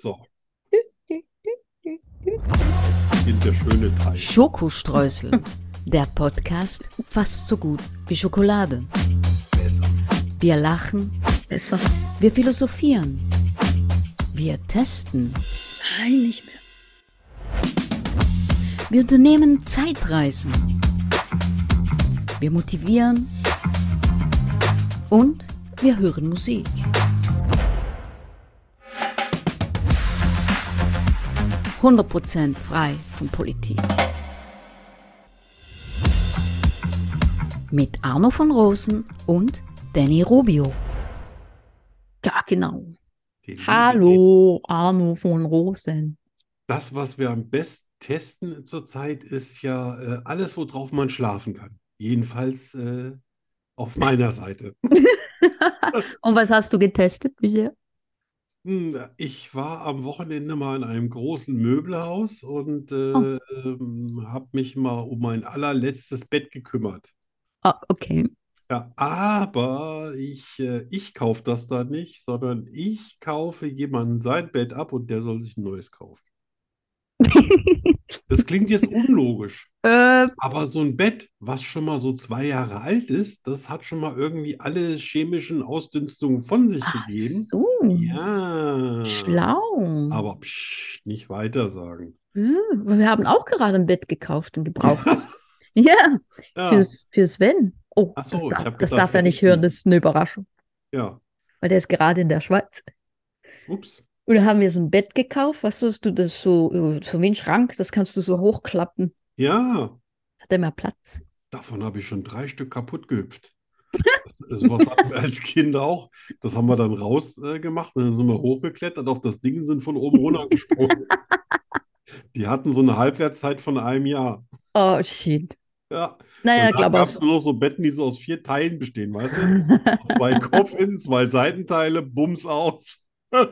So, beginnt der schöne Teil. Schokostreusel, der Podcast fast so gut wie Schokolade. Wir lachen, Besser. wir philosophieren, wir testen, Nein, nicht mehr. wir unternehmen Zeitreisen, wir motivieren und wir hören Musik. Prozent frei von Politik. Mit Arno von Rosen und Danny Rubio. Ja, genau. Die liebe Idee. Hallo, Arno von Rosen. Das, was wir am besten testen zurzeit, ist ja äh, alles, worauf man schlafen kann. Jedenfalls äh, auf meiner Seite. Und was hast du getestet bisher? Hm, Ich war am Wochenende mal in einem großen Möbelhaus und Oh. äh, habe mich mal um mein allerletztes Bett gekümmert. Ah, okay. Ja, aber ich, äh, ich kaufe das da nicht, sondern ich kaufe jemanden sein Bett ab und der soll sich ein neues kaufen. Das klingt jetzt unlogisch, Äh, aber so ein Bett, was schon mal so zwei Jahre alt ist, das hat schon mal irgendwie alle chemischen Ausdünstungen von sich ach gegeben. so. Ja, Schlau. aber psch, nicht weiter sagen. Ja, weil Hm, wir haben auch gerade ein Bett gekauft und gebraucht. ja, Ja, fürs, für Sven. Oh, Ach so, das, ich darf, hab das gedacht, darf er für nicht Uzi. hören, das ist eine Überraschung. ja, Weil der ist gerade in der Schweiz. ups. Und da haben wir so ein Bett gekauft, weißt du, dass du das so, äh, so wie ein Schrank, das kannst du so hochklappen. Ja, Hat er mehr Platz? davon habe ich schon drei Stück kaputt gehüpft. Das, sowas hatten wir als Kinder auch. Das haben wir dann rausgemacht äh, gemacht und dann sind wir hochgeklettert auf das Ding und sind von oben runtergesprungen. Die hatten so eine Halbwertszeit von einem Jahr. Oh, shit. Ja. Naja, Und da glaube gab aus. es nur noch so Betten, die so aus vier Teilen bestehen, weißt du? Zwei Kopfinnen, zwei Seitenteile, Bums aus. Da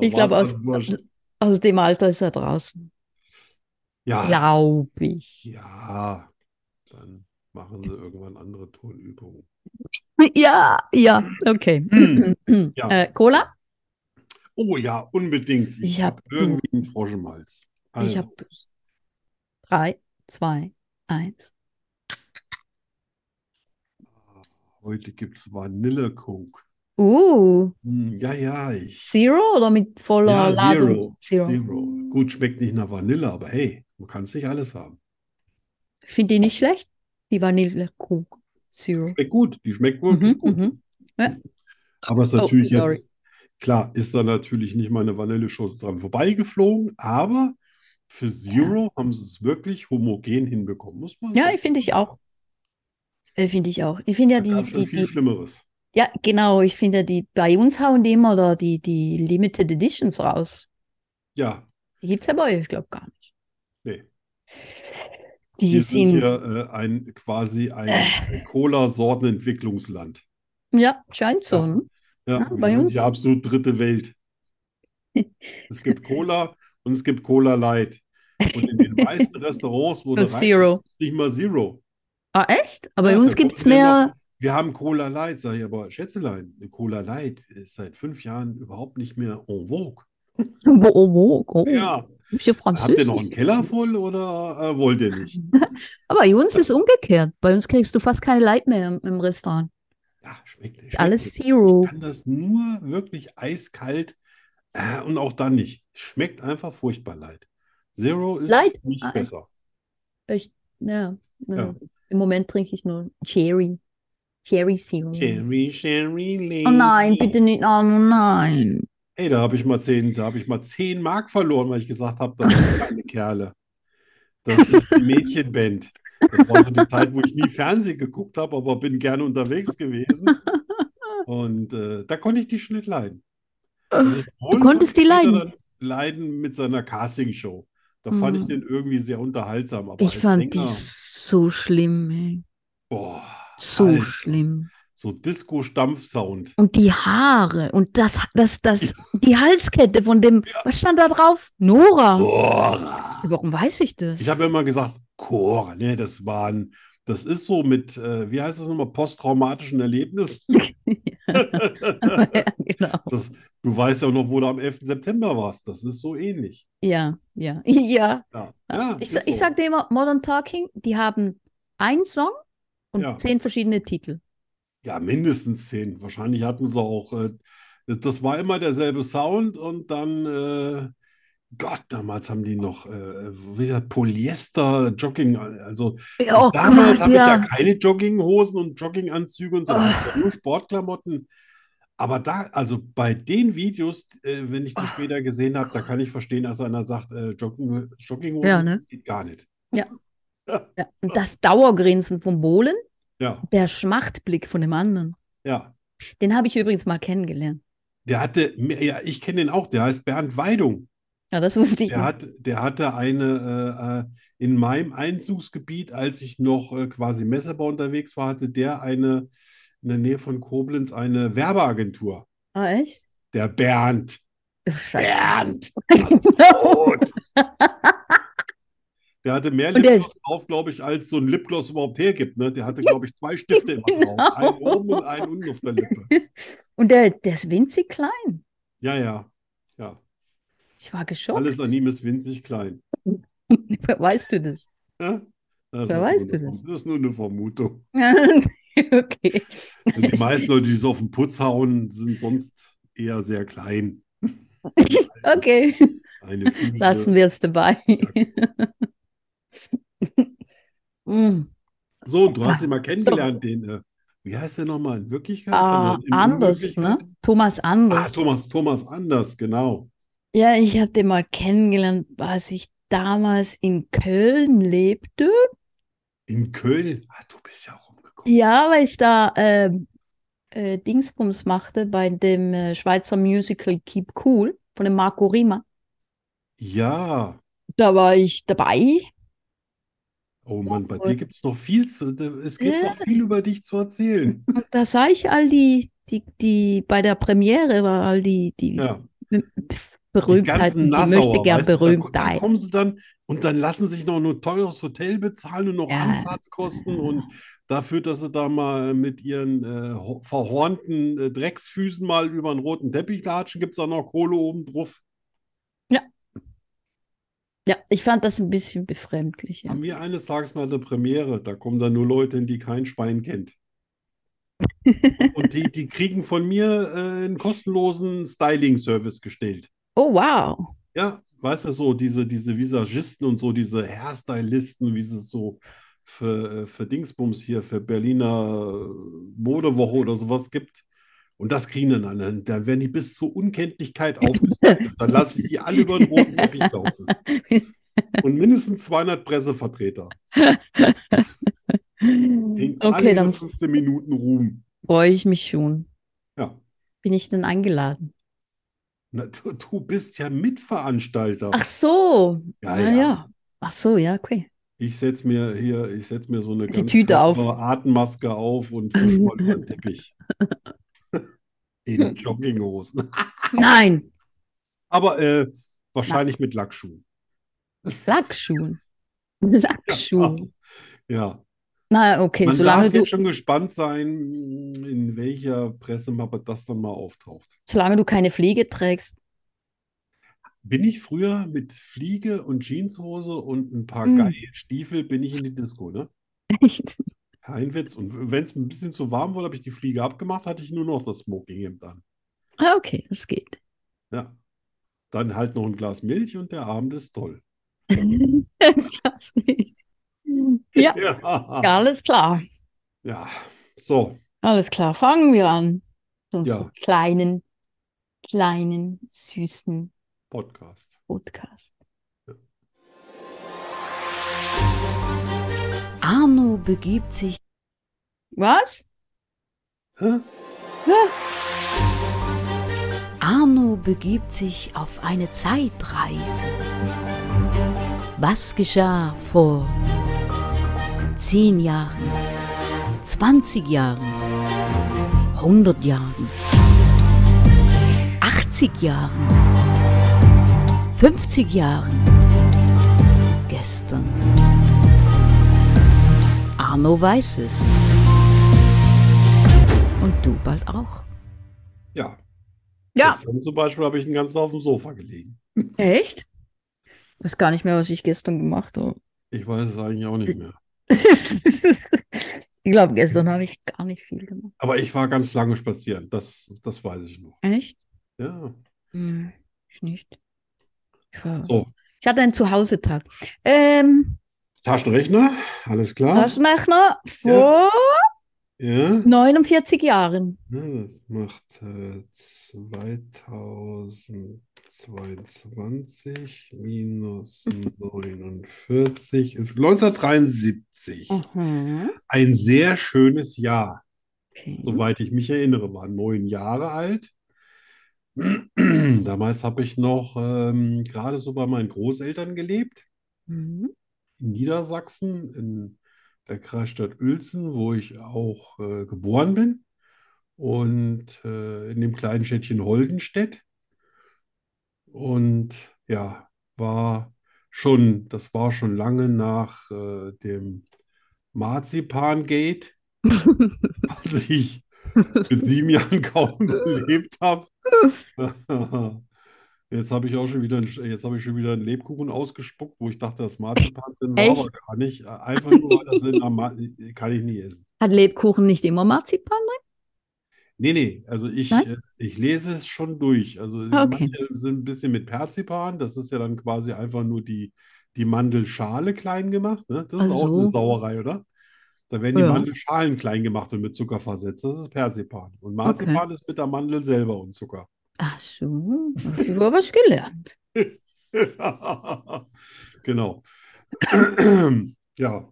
Ich glaube, war's aus, dann wurscht. aus dem Alter ist er draußen. Ja, Glaube ich. Ah. ja. Dann machen sie irgendwann andere Tonübungen. Ja, ja, okay. Hm. Ja. Äh, Cola? Oh ja, unbedingt. Ich hab- hab irgendwie einen Frosch im Hals. Ich Also. habe drei, zwei, eins. Heute gibt es Vanille-Coke. Uh, Hm, ja, ja, ich. Zero oder mit voller Ja, Ladung? Zero. Zero. Zero. Gut, schmeckt nicht nach Vanille, aber hey, man kann es nicht alles haben. Finde ich nicht schlecht. Die Vanille Coke. Zero. Schmeckt gut, die schmeckt wirklich Mhm, gut. mhm. Aber es ist Oh, natürlich sorry. jetzt, klar, ist da natürlich nicht mal eine Vanilleschote dran vorbeigeflogen, aber für Zero haben sie es wirklich homogen hinbekommen, muss man Ja, sagen. ich finde ich auch. Äh, Finde ich auch. Ich finde ja Da die, gab's schon die, viel die, Schlimmeres. ja, genau. Ich finde ja die, bei uns hauen die immer da die, die Limited Editions raus. Ja, Die gibt es ja bei euch, glaube ich, gar nicht. nee. Die Äh. Wir sind sind, hier äh, ein quasi ein äh, Cola-Sortenentwicklungsland. ja, scheint so. Ja. ne? Ja, Ja, wir bei sind uns- die absolut dritte Welt. Es gibt Cola und es gibt Cola Light. Und in den meisten Restaurants, wo du Und rein Zero. ist nicht mal Zero. Ah, echt? Aber bei Ja, uns da kommt gibt es ja mehr. Wir haben Cola Light, sag ich aber, Schätzelein, eine Cola Light ist seit fünf Jahren überhaupt nicht mehr en vogue. Wo, wo, Oh, wo, wo. Ja, Ist ja habt ihr noch einen Französisch. Keller voll oder äh, wollt ihr nicht? Mhm. Aber bei uns ist umgekehrt. Bei uns kriegst du fast keine Light mehr im, im Restaurant. Ja, schmeckt, Ist schmeckt alles nicht. Zero. Ich kann das nur wirklich eiskalt äh, und auch dann nicht. Schmeckt einfach furchtbar Light. Zero ist Light? nicht Ah, echt? besser. Ich, ja, ja. Ja. Im Moment trinke ich nur Cherry. Cherry Zero. Sherry, Sherry, Oh nein, Lady. bitte nicht. Oh nein. Ey, da habe ich mal 10, da habe ich mal 10 Mark verloren, weil ich gesagt habe, das sind keine Kerle. Das ist die Mädchenband. Das war so die Zeit, wo ich nie Fernsehen geguckt habe, aber bin gerne unterwegs gewesen. Und äh, da konnte ich die schon nicht leiden. Also Bohlen Äh, konntest konnte die später leiden? dann leiden mit seiner Castingshow. Da fand ich Mhm. den irgendwie sehr unterhaltsam, aber Ich als fand die Sänger, so schlimm, ey. boah, So Alter, schlimm. so Disco-Stampf-Sound. Und die Haare und das, das, das, die Halskette von dem, was stand da drauf? Nora. Boah. Warum weiß ich das? Ich habe ja immer gesagt, Chor, ne, das waren, das ist so mit, äh, wie heißt das nochmal, posttraumatischen Erlebnissen. ja, genau. Das, Du weißt ja auch noch, wo du am 11. September warst. Das ist so ähnlich. Ja, ja, ja. Ja, ja Ich, Ah, ist sa- ich so. sag dir immer, Modern Talking, die haben einen Song und Ja. zehn verschiedene Titel. Ja, mindestens zehn. Wahrscheinlich hatten sie auch. Äh, das war immer derselbe Sound und dann, äh, Gott, damals haben die noch äh, wieder Polyester Jogging. Also Ja, oh damals Gott, habe ich ja. Oh. ja keine Jogginghosen und Jogginganzüge und so, da hatte ich ja nur Sportklamotten. Aber da, also bei den Videos, äh, wenn ich die Oh später gesehen habe, da kann ich verstehen, dass einer sagt, äh, Jogging, Jogginghosen, Ja, ne? das geht gar nicht. Ja. Ja. Und das Dauergrinsen vom Bohlen, Ja, der Schmachtblick von dem anderen. ja. Den habe ich übrigens mal kennengelernt. Der hatte, ja, ich kenne den auch, der heißt Bernd Weidung. Ja, das wusste ich Der nicht. hat, der hatte eine, äh, äh, in meinem Einzugsgebiet, als ich noch äh, quasi Messebau unterwegs war, hatte der eine, in der Nähe von Koblenz, eine Werbeagentur. Ah, echt? Der Bernd. Oh, Scheiße. Bernd! Genau. Rot! Der hatte mehr Und der Lipgloss drauf, glaube ich, als so ein Lipgloss überhaupt hergibt. Ne? Der hatte, glaube ich, zwei Stifte immer Genau. drauf. Einen oben und einen unten auf der Lippe. Und der, der ist winzig klein. Ja, ja. Ja. Ich war geschockt. Alles an ihm ist winzig klein. Weißt du das? Ja? Das Woher ist nur weißt eine du das? Verm- Das ist nur eine Vermutung. okay. Und die meisten Leute, die so auf den Putz hauen, sind sonst eher sehr klein. okay, Eine Füße. lassen wir es dabei. Mm. So, du hast ihn mal kennengelernt, den, äh, wie heißt der nochmal in Wirklichkeit? Ah, Also in anders, ne? Unwirklichkeit? Thomas Ah, Anders. Thomas, Thomas Anders, genau. Ja, ich habe den mal kennengelernt, als ich damals in Köln lebte. In Köln. Ah, du bist ja rumgekommen. Ja, weil ich da ähm, äh, Dingsbums machte bei dem äh, Schweizer Musical Keep Cool von dem Marco Rima. Ja. Da war ich dabei. Oh Mann, bei dir gibt es noch viel zu, es gibt Ja. noch viel über dich zu erzählen. Und da sah ich all die, die, die bei der Premiere war all die, die Ja. Die Berühmtheiten, ganzen die möchte Nassauer, gern weißt du, da, ko- da Berühmtheit. kommen sie dann und dann lassen sich noch ein teures Hotel bezahlen und noch Ja. Anfahrtskosten und dafür, dass sie da mal mit ihren äh, ho- verhornten äh, Drecksfüßen mal über einen roten Teppich latschen, gibt es auch noch Kohle oben drauf. Ja, ich fand das ein bisschen befremdlich. Ja. Haben wir eines Tages mal eine Premiere, da kommen dann nur Leute hin, die kein Schwein kennt. Und die, die kriegen von mir äh, einen kostenlosen Styling-Service gestellt. Oh, wow. Ja, weißt du, so diese, diese Visagisten und so, diese Hairstylisten, wie sie es so für, äh, für Dingsbums hier, für Berliner Modewoche oder sowas gibt. Und das kriegen dann alle. Dann werden die bis zur Unkenntlichkeit aufgestylt. Dann lasse ich die alle über den roten Teppich laufen. Und mindestens 200 Pressevertreter. Kriegen alle Hm, Okay, ihre dann 15 Minuten Ruhm. freue ich mich schon. Ja. Bin ich denn eingeladen? Na, du, du bist ja Mitveranstalter. Ach so. Ja, Ah, ja. ja. Ach so, ja, okay. Ich setze mir hier, ich setze mir so eine Die ganz Tüte auf. knappe Atemmaske auf und frisch mal über den Teppich. In Jogginghosen. Nein, Aber äh, wahrscheinlich mit Lackschuhen. Lackschuhen. Lackschuhen. Ah, Ja. Na, okay, Man solange darf du, jetzt schon gespannt sein, in welcher Pressemappe das dann mal auftaucht. solange du keine Pflege trägst. Bin ich früher mit Fliege und Jeanshose und ein paar Mm. geilen Stiefel bin ich in die Disco, ne? Kein Witz. Und wenn es ein bisschen zu warm wurde, habe ich die Fliege abgemacht, hatte ich nur noch das Smokinghemd an. Ah, okay, das geht. Ja. Dann halt noch ein Glas Milch und der Abend ist toll. Krass. Ja, Ja. alles klar. Ja. So, Alles klar, fangen wir an. Unsere Ja. kleinen, kleinen, süßen Podcast. Podcast. Arno begibt sich Was? Hä? Arno begibt sich auf eine Zeitreise. Was geschah vor 10 Jahren, 20 Jahren, 100 Jahren, 80 Jahren, 50 Jahren, gestern? Arno weiß es. Und du bald auch. Ja. Ja. Gestern zum Beispiel habe ich den ganzen Tag auf dem Sofa gelegen. Echt? Ich weiß gar nicht mehr, was ich gestern gemacht habe. Ich weiß es eigentlich auch nicht mehr. ich glaube, gestern habe ich gar nicht viel gemacht. Aber ich war ganz lange spazieren, das, das weiß ich noch. Echt? Ja. Hm, ich nicht. Ich, war... So, ich hatte einen Zuhause-Tag. Ähm, Taschenrechner, alles klar. Taschenrechner vor ja. 49 Jahren. Ja, das macht äh, 2022 minus 49 ist 1973. Oh. Aha. Ein sehr schönes Jahr, Okay. soweit ich mich erinnere, war neun Jahre alt. Damals habe ich noch ähm, gerade so bei meinen Großeltern gelebt Mhm. in Niedersachsen, in der Kreisstadt Uelzen, wo ich auch äh, geboren bin, und äh, in dem kleinen Städtchen Holdenstedt. Und ja, war schon, das war schon lange nach äh, dem Marzipangate, als ich mit sieben Jahren kaum gelebt habe. Jetzt habe ich auch schon wieder, ein- jetzt habe ich schon wieder einen Lebkuchen ausgespuckt, wo ich dachte, das Marzipan drin war, aber gar nicht. Einfach nur, weil das in der Ma äh, kann ich nie essen. Hat Lebkuchen nicht immer Marzipan? Nee, nee, also ich, Nein? äh, ich lese es schon durch. Also Ah, okay. manche sind ein bisschen mit Perzipan, das ist ja dann quasi einfach nur die, die Mandelschale klein gemacht. Ne? Das ist Ach auch eine so. Sauerei, oder? Da werden die Ja. Mandelschalen klein gemacht und mit Zucker versetzt. Das ist Perzipan. Und Marzipan ist mit der Mandel selber und Zucker. Ach so, hast du wohl was gelernt. Genau. Ja,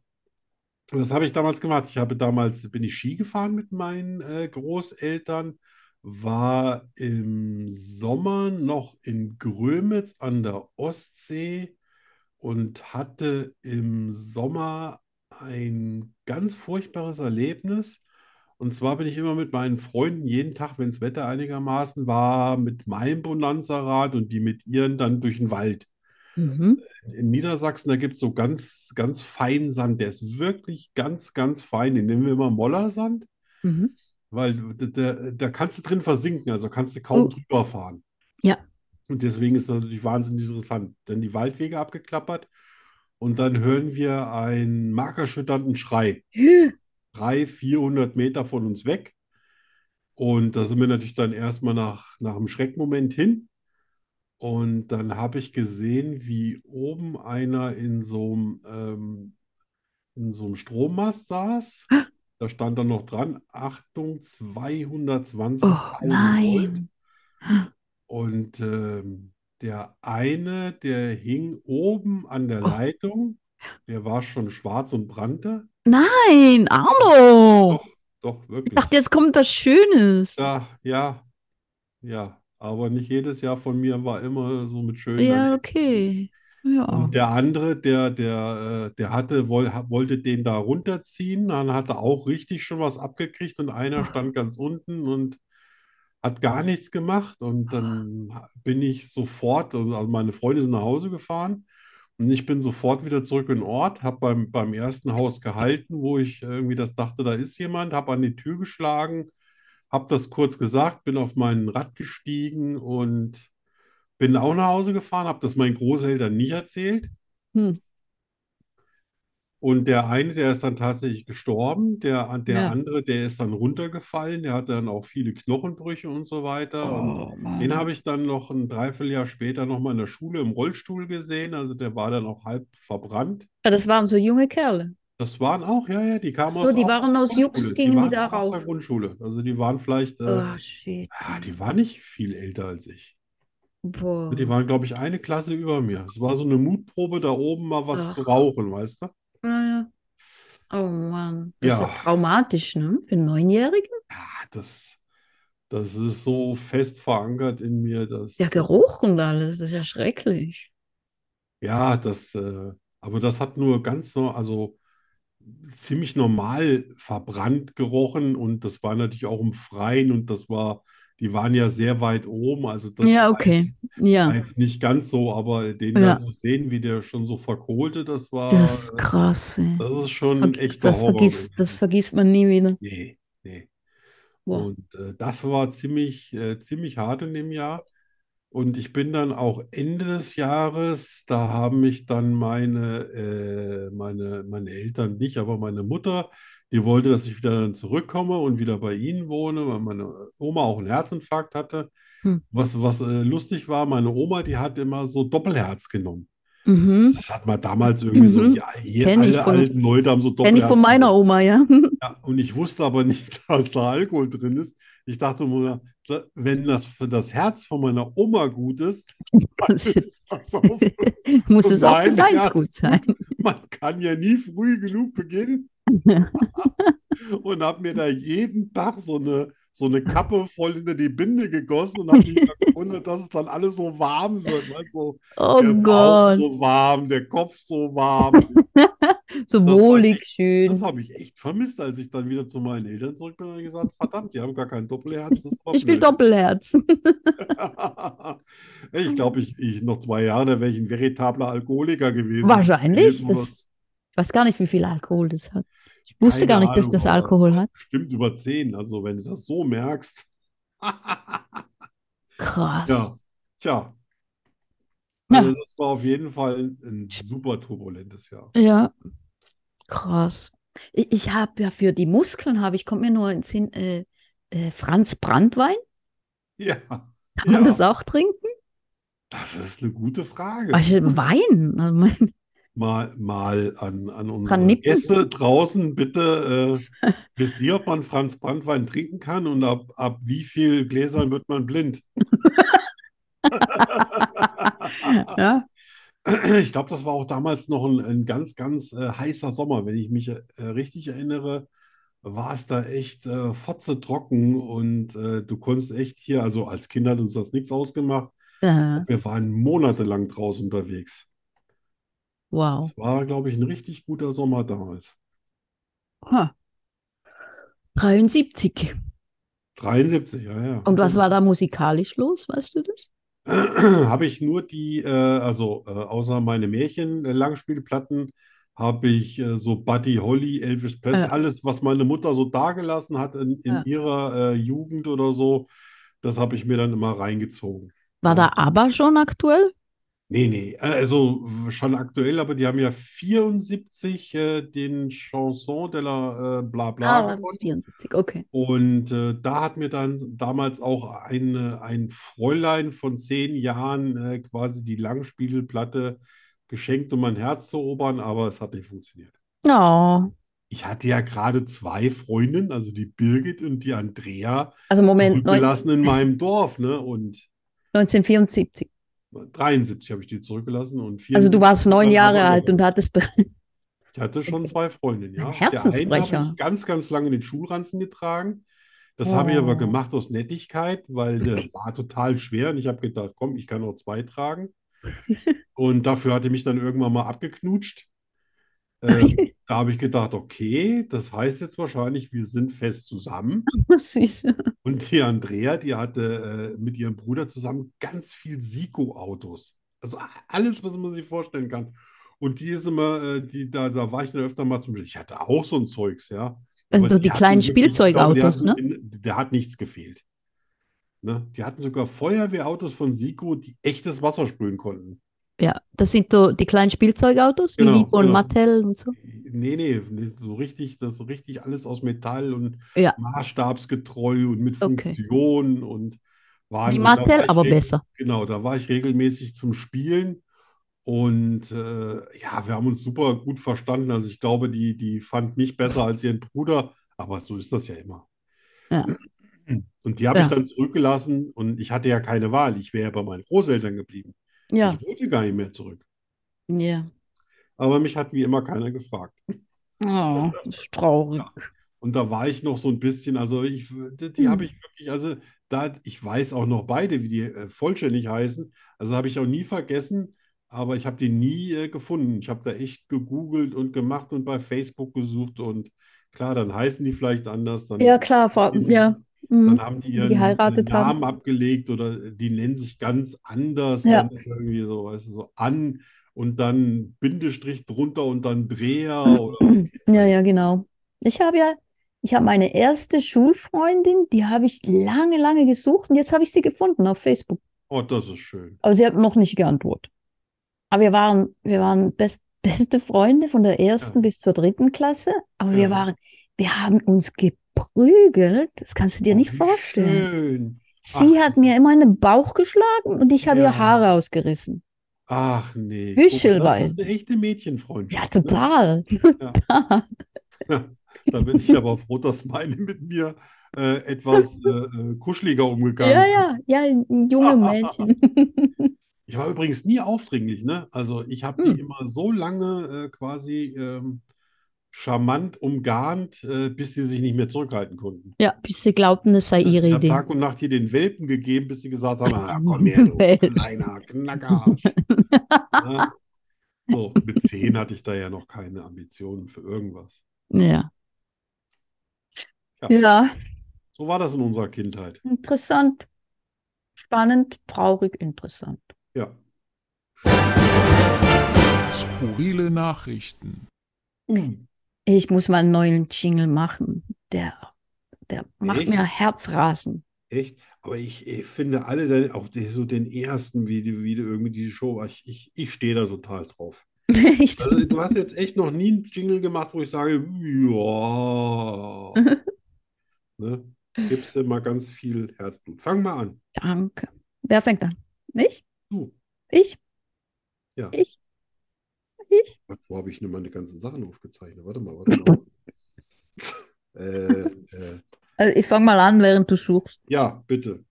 das habe ich damals gemacht. Ich habe damals, bin ich Ski gefahren mit meinen äh, Großeltern, war im Sommer noch in Grömitz an der Ostsee und hatte im Sommer ein ganz furchtbares Erlebnis. Und zwar bin ich immer mit meinen Freunden jeden Tag, wenn das Wetter einigermaßen war, mit meinem Bonanza-Rad und die mit ihren dann durch den Wald Mhm. in Niedersachsen, da gibt es so ganz, ganz feinen Sand. Der ist wirklich ganz, ganz fein. Den nennen wir immer Mollersand, Mhm. weil da, da, da kannst du drin versinken, also kannst du kaum Oh. drüber fahren. Ja. Und deswegen ist das natürlich wahnsinnig interessant. Dann die Waldwege abgeklappert und dann hören wir einen markerschütternden Schrei. 300, 400 Meter von uns weg. Und da sind wir natürlich dann erstmal nach, nach einem Schreckmoment hin. Und dann habe ich gesehen, wie oben einer in so einem, ähm, in so einem Strommast saß. Da stand dann noch dran, Achtung, 220.000 Volt. Oh nein. Und ähm, der eine, der hing oben an der Oh. Leitung, der war schon schwarz und brannte. Nein, Arno. Doch, doch, Ich wirklich. dachte, jetzt kommt was Schönes. Ja, ja, ja. Aber nicht jedes Jahr von mir war immer so mit schönen Ja, Erlebnissen. okay. Ja. Und der andere, der, der, äh, der hatte, woll, ha- wollte den da runterziehen, dann hat er auch richtig schon was abgekriegt und Ah. einer stand ganz unten und hat gar nichts gemacht. Und dann Ah. bin ich sofort, also meine Freunde sind nach Hause gefahren und ich bin sofort wieder zurück in den Ort, habe beim, beim ersten Haus gehalten, wo ich irgendwie das dachte, da ist jemand, habe an die Tür geschlagen, habe das kurz gesagt, bin auf mein Rad gestiegen und bin auch nach Hause gefahren, habe das meinen Großeltern nicht erzählt. Hm. Und der eine, der ist dann tatsächlich gestorben, der, der Ja. andere, der ist dann runtergefallen, der hatte dann auch viele Knochenbrüche und so weiter. Und Oh Mann. den habe ich dann noch ein Dreivierteljahr später nochmal in der Schule im Rollstuhl gesehen. Also der war dann auch halb verbrannt. Ja, Ah, das waren so junge Kerle. Das waren auch, ja, ja, die kamen Ach aus, so, die auch waren der aus Jux, Grundschule. gingen die waren da auch aus der rauf. Grundschule. Also die waren vielleicht, äh, Oh, shit. ah, die waren nicht viel älter als ich. Boah. Die waren, glaube ich, eine Klasse über mir. Es war so eine Mutprobe, da oben mal was zu Ach. rauchen, weißt du? Ja, ja. Oh Mann. Das ist Ja. ja traumatisch, ne? Für einen Neunjährigen. Ja, Ah, das, das ist so fest verankert in mir, dass, Der Geruch und alles, das ist ja schrecklich. ja, das, äh, aber das hat nur ganz so, also ziemlich normal verbrannt gerochen und das war natürlich auch im Freien und das war, die waren ja sehr weit oben, also das Ja, war okay. jetzt, war Ja. jetzt nicht ganz so, aber den Ja. dann zu sehen, wie der schon so verkohlte, das war, Das ist krass, ey. das ist schon Verg- echt der Das Horror vergisst, das gewesen. vergisst man nie wieder. Nee, nee. Wow. Und äh, das war ziemlich, äh, ziemlich hart in dem Jahr. Und ich bin dann auch Ende des Jahres, da haben mich dann meine, äh, meine, meine Eltern nicht, aber meine Mutter, die wollte, dass ich wieder dann zurückkomme und wieder bei ihnen wohne, weil meine Oma auch einen Herzinfarkt hatte. Hm. Was, was äh, lustig war, meine Oma, die hat immer so Doppelherz genommen. Mhm. Das hat man damals irgendwie so, Mhm. ja, hier Kenn ich alle von- alten Leute haben so Kenn ich Doppelherz von meiner Oma, ja. ja, und ich wusste aber nicht, dass da Alkohol drin ist. Ich dachte nur, da- wenn das für das Herz von meiner Oma gut ist, dann Kannst du- ist das auch, Muss es auch für Mein deins Herz. gut sein. man kann ja nie früh genug beginnen und habe mir da jeden Tag so eine, so eine Kappe voll hinter die Binde gegossen und habe mich dann gewundert, dass es dann alles so warm wird. Weißt, du? Oh der Bauch Gott, so warm, der Kopf so warm. so war wohlig echt- Das schön. habe ich echt vermisst, als ich dann wieder zu meinen Eltern zurück bin und gesagt, verdammt, die haben gar kein Doppelherz, das ist aber Ich will blöd. Doppelherz. Ich glaube, ich, ich noch zwei Jahre, da wäre ich ein veritabler Alkoholiker gewesen. Wahrscheinlich. Oder Das, ich weiß gar nicht, wie viel Alkohol das hat. Ich wusste Keine gar nicht, dass Ahnung, das aber- Alkohol hat. bestimmt über zehn. Also, wenn du das so merkst. Krass. Ja, tja. Ja. Also, das war auf jeden Fall ein, ein super turbulentes Jahr. Ja, krass. Ich, ich habe ja für die Muskeln habe ich, kommt mir nur ins Sinn, äh, äh, Franz Brandwein. Ja, Kann man Ja. das auch trinken? das ist eine gute Frage. Also Wein. Also mein- Mal, mal an, an Kann unsere nippen. Gäste draußen bitte, äh, wisst ihr, ob man Franz Brandwein trinken kann und ab, ab wie viel Gläsern wird man blind? Ja. Ich glaube, das war auch damals noch ein, ein ganz, ganz äh, heißer Sommer. Wenn ich mich äh, richtig erinnere, war es da echt äh, fotzetrocken und äh, du konntest echt hier, also als Kind hat uns das nichts ausgemacht. Äh, Wir waren monatelang draußen unterwegs. wow. Es war, glaube ich, ein richtig guter Sommer damals. Ha. 73. 73, ja, ja. Und was war da musikalisch los, weißt du das? habe ich nur die, äh, also äh, außer meine Märchen-Langspielplatten, habe ich äh, so Buddy Holly, Elvis Presley, Ja. alles, was meine Mutter so dagelassen hat in, in Ja. ihrer äh, Jugend oder so, das habe ich mir dann immer reingezogen. War da ABBA schon aktuell? Nee, nee, äh, also schon aktuell, aber die haben ja 74 äh, den Chanson de la äh, Bla Bla Ah, das gewonnen. ist 74, okay. Und äh, da hat mir dann damals auch eine, ein Fräulein von zehn Jahren äh, quasi die Langspielplatte geschenkt, um mein Herz zu erobern, aber es hat nicht funktioniert. Oh. Ich hatte ja gerade zwei Freundinnen, also die Birgit und die Andrea, Also Moment, neun- zurückgelassen in meinem Dorf, ne? Und 1974. 73 habe ich die zurückgelassen und Also du 74 warst neun dann Jahre aber alt noch. und hattest be- Ich hatte schon zwei Freundinnen, ja. Ein Der einen habe Herzensbrecher. ich ganz, ganz lange in den Schulranzen getragen. Das habe ich aber Oh. gemacht aus Nettigkeit, weil der war total schwer und ich habe gedacht, komm, ich kann auch zwei tragen. Und dafür hatte mich dann irgendwann mal abgeknutscht. Ähm, da habe ich gedacht, okay, das heißt jetzt wahrscheinlich, wir sind fest zusammen. Süß. Und die Andrea, die hatte äh, mit ihrem Bruder zusammen ganz viel Siko-Autos. Also a- alles, was man sich vorstellen kann. Und die ist immer, äh, die, da, da war ich dann öfter mal zum Ich hatte auch so ein Zeugs, ja. Also Aber die hatten kleinen wirklich- ich glaube, die Spielzeugautos, ne? hatten, in- Da hat nichts gefehlt. Ne? Die hatten sogar Feuerwehrautos von Siko, die echtes Wasser sprühen konnten. Ja, das sind so die kleinen Spielzeugautos, wie die Genau, von genau. Mattel und so. Nee, nee, nee, so richtig, das so richtig alles aus Metall und Ja. maßstabsgetreu und mit Okay. Funktion und Wie Wahnsinn. Da war Mattel, ich aber reg- besser. genau, da war ich regelmäßig zum Spielen und äh, ja, wir haben uns super gut verstanden. Also ich glaube, die, die fand mich besser als ihren Bruder, aber so ist das ja immer. Ja. Und die habe ich Ja. dann zurückgelassen und ich hatte ja keine Wahl. Ich wäre ja bei meinen Großeltern geblieben. Ja. Ich wollte gar nicht mehr zurück. Ja. Aber mich hat wie immer keiner gefragt. Oh, das ist traurig. Und da war ich noch so ein bisschen, also ich, die, die Hm. habe ich wirklich, also da, ich weiß auch noch beide, wie die äh, vollständig heißen. Also habe ich auch nie vergessen, aber ich habe die nie äh, gefunden. Ich habe da echt gegoogelt und gemacht und bei Facebook gesucht und klar, dann heißen die vielleicht anders, dann, Ja, klar, vor, ja. dann Mhm. haben die Die ihren geheiratet haben. Namen abgelegt oder die nennen sich ganz anders, Ja. dann irgendwie so, weißt du, so an und dann Bindestrich drunter und dann Dreher oder Ja, ja, genau. Ich habe ja, Ich habe meine erste Schulfreundin, die habe ich lange, lange gesucht und jetzt habe ich sie gefunden auf Facebook. Oh, das ist schön. Aber sie hat noch nicht geantwortet. Aber wir waren, wir waren best, beste Freunde von der ersten Ja. bis zur dritten Klasse. Aber Ja. wir waren, wir haben uns geprügelt. Das kannst du dir Oh, nicht wie vorstellen. Schön. Sie Ach, hat das mir immer in den Bauch geschlagen und ich habe Ja. ihr Haare ausgerissen. Ach nee, guck mal, das ist Büschelweise. eine echte Ja, Mädchenfreundschaft. ne? total. total. Da bin ich aber froh, dass meine mit mir äh, etwas äh, äh, kuscheliger umgegangen Ja, sind. ja, ja, junge Mädchen. Ich war übrigens nie aufdringlich, ne? Also ich habe Hm. die immer so lange äh, quasi ähm, charmant umgarnt, äh, bis sie sich nicht mehr zurückhalten konnten. Ja, bis sie glaubten, es sei Ich ihre habe Idee. Tag und Nacht hier den Welpen gegeben, bis sie gesagt haben, ah, komm her, du Welpen. kleiner Knackerarsch. Ne? So, mit zehn hatte ich da ja noch keine Ambitionen für irgendwas. Ja. Ja. Ja, So war das in unserer Kindheit. interessant. Spannend, traurig, interessant. Ja. Skurrile Nachrichten. Hm. Ich muss mal einen neuen Jingle machen. Der, der macht Echt? mir Herzrasen. Echt? Aber ich, äh, finde alle, deine, auch die, so den ersten, wie, die, wie die irgendwie diese Show, ich, ich, ich stehe da total drauf. Echt? Also, du hast jetzt echt noch nie einen Jingle gemacht, wo ich sage, ja. Ne? Gibst dir mal ganz viel Herzblut. Fang mal an. Danke. Wer fängt an? Ich? Du. Ich? Ja. Ich? Ich? Gott, Wo habe ich denn meine ganzen Sachen aufgezeichnet? Warte mal, warte mal. Äh, äh, Also ich fange mal an, während du suchst. ja, bitte.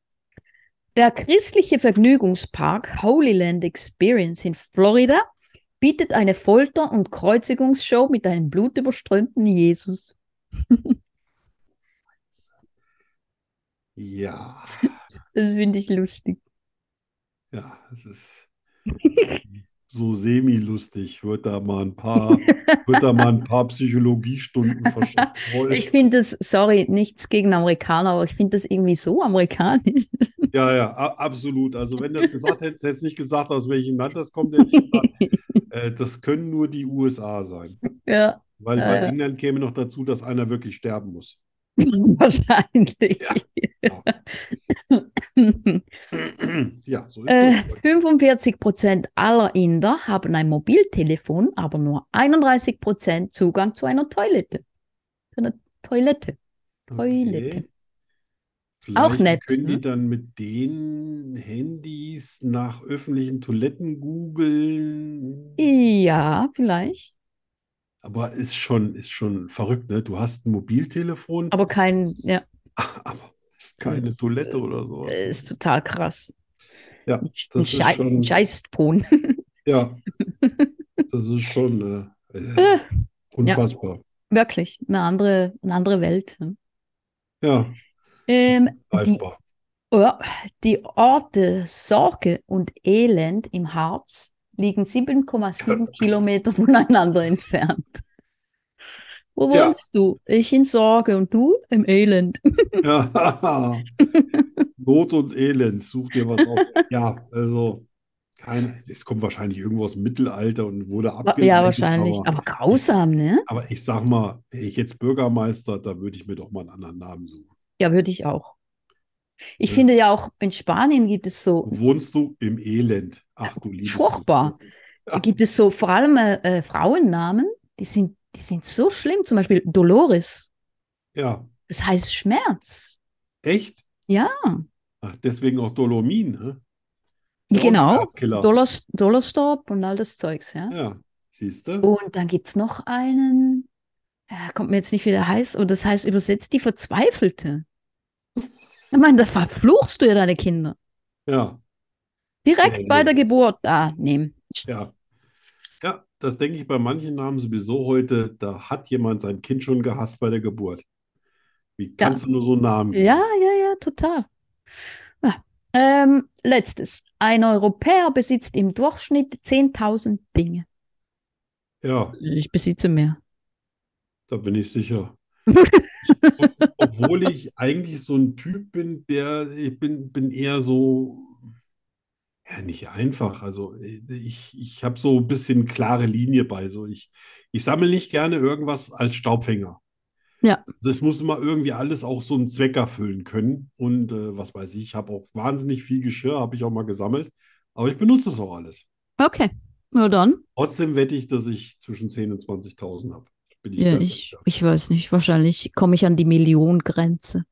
Der christliche Vergnügungspark Holy Land Experience in Florida bietet eine Folter- und Kreuzigungsshow mit einem blutüberströmten Jesus. Ja. Das finde ich lustig. Ja, es ist so semi-lustig. Wird da mal ein paar, wird da mal ein paar Psychologiestunden verschenkt. Toll. Ich finde das, sorry, nichts gegen Amerikaner, aber ich finde das irgendwie so amerikanisch. Ja, ja, a- absolut. Also wenn das gesagt hättest, hättest du nicht gesagt, aus welchem Land das kommt, hätte ich gesagt, äh, das können nur die USA sein. Ja, Weil Ja, bei ja. England käme noch dazu, dass einer wirklich sterben muss. wahrscheinlich. Ja. genau. Ja, so ist Äh, das. 45% aller Inder haben ein Mobiltelefon, aber nur 31% Zugang zu einer Toilette. Zu einer Toilette. Toilette. Vielleicht Auch nett, können die ne? dann mit den Handys nach öffentlichen Toiletten googeln. Ja, vielleicht. Aber ist schon, ist schon verrückt, ne? Du hast ein Mobiltelefon, Aber kein, ja, aber hast keine ist, Toilette äh, oder sowas. ist total krass. Ja, ein das ist Schei schon- ein Scheißton. Ja, das ist schon äh, äh, Äh, unfassbar. Wirklich, eine andere, eine andere Welt. ne? Ja, Ähm, die, greifbar. ja, die Orte Sorge und Elend im Harz liegen 7,7 Kilometer voneinander entfernt. Wo Ja. wohnst du? Ich in Sorge und du im Elend. Ja. Not und Elend, such dir was aus. Ja, also kein, es kommt wahrscheinlich irgendwo aus dem Mittelalter und wurde Ja, abgeleitet, wahrscheinlich. aber, Aber grausam, ne? aber ich sag mal, wäre ich jetzt Bürgermeister, da würde ich mir doch mal einen anderen Namen suchen. Ja, würde ich auch. Ich Ja. finde ja auch, in Spanien gibt es so, Wo wohnst du? Im Elend. Ach du liebes Furchtbar. bisschen. gibt es so vor allem äh, äh, Frauennamen, die sind, die sind so schlimm. Zum Beispiel Dolores. Ja, Das heißt Schmerz. echt? Ja. Ach, deswegen auch Dolomin, ne? Ist ja auch ein Genau. Schmerzkiller. Dollars, Dollarstop und all das Zeugs, ja. Ja, siehst du? Und dann gibt es noch einen, äh, kommt mir jetzt nicht, wie der heißt, und das heißt übersetzt die Verzweifelte. Ich meine, da verfluchst du ja deine Kinder. Ja, Direkt Ja, bei ja. der Geburt. Ah, nehmen. ja. Ja, das denke ich bei manchen Namen sowieso heute. Da hat jemand sein Kind schon gehasst bei der Geburt. Wie kannst du nur so einen Namen geben? Ja, ja, ja, total. Ah, ähm, letztes. Ein Europäer besitzt im Durchschnitt 10.000 Dinge. Ja, Ich besitze mehr. da bin ich sicher. Ob- Obwohl ich eigentlich so ein Typ bin, der, ich bin, bin eher so, ja, nicht einfach. Also ich, ich habe so ein bisschen klare Linie bei. So ich, ich sammle nicht gerne irgendwas als Staubfänger. Ja. Also es muss immer irgendwie alles auch so einen Zweck erfüllen können. Und äh, was weiß ich, ich habe auch wahnsinnig viel Geschirr, habe ich auch mal gesammelt. Aber ich benutze es auch alles. Okay. Na dann. Trotzdem wette ich, dass ich zwischen 10.000 und 20.000 habe. Bin ich Ja, ganz ich, sicher. ich weiß nicht. Wahrscheinlich komme ich an die Million-Grenze.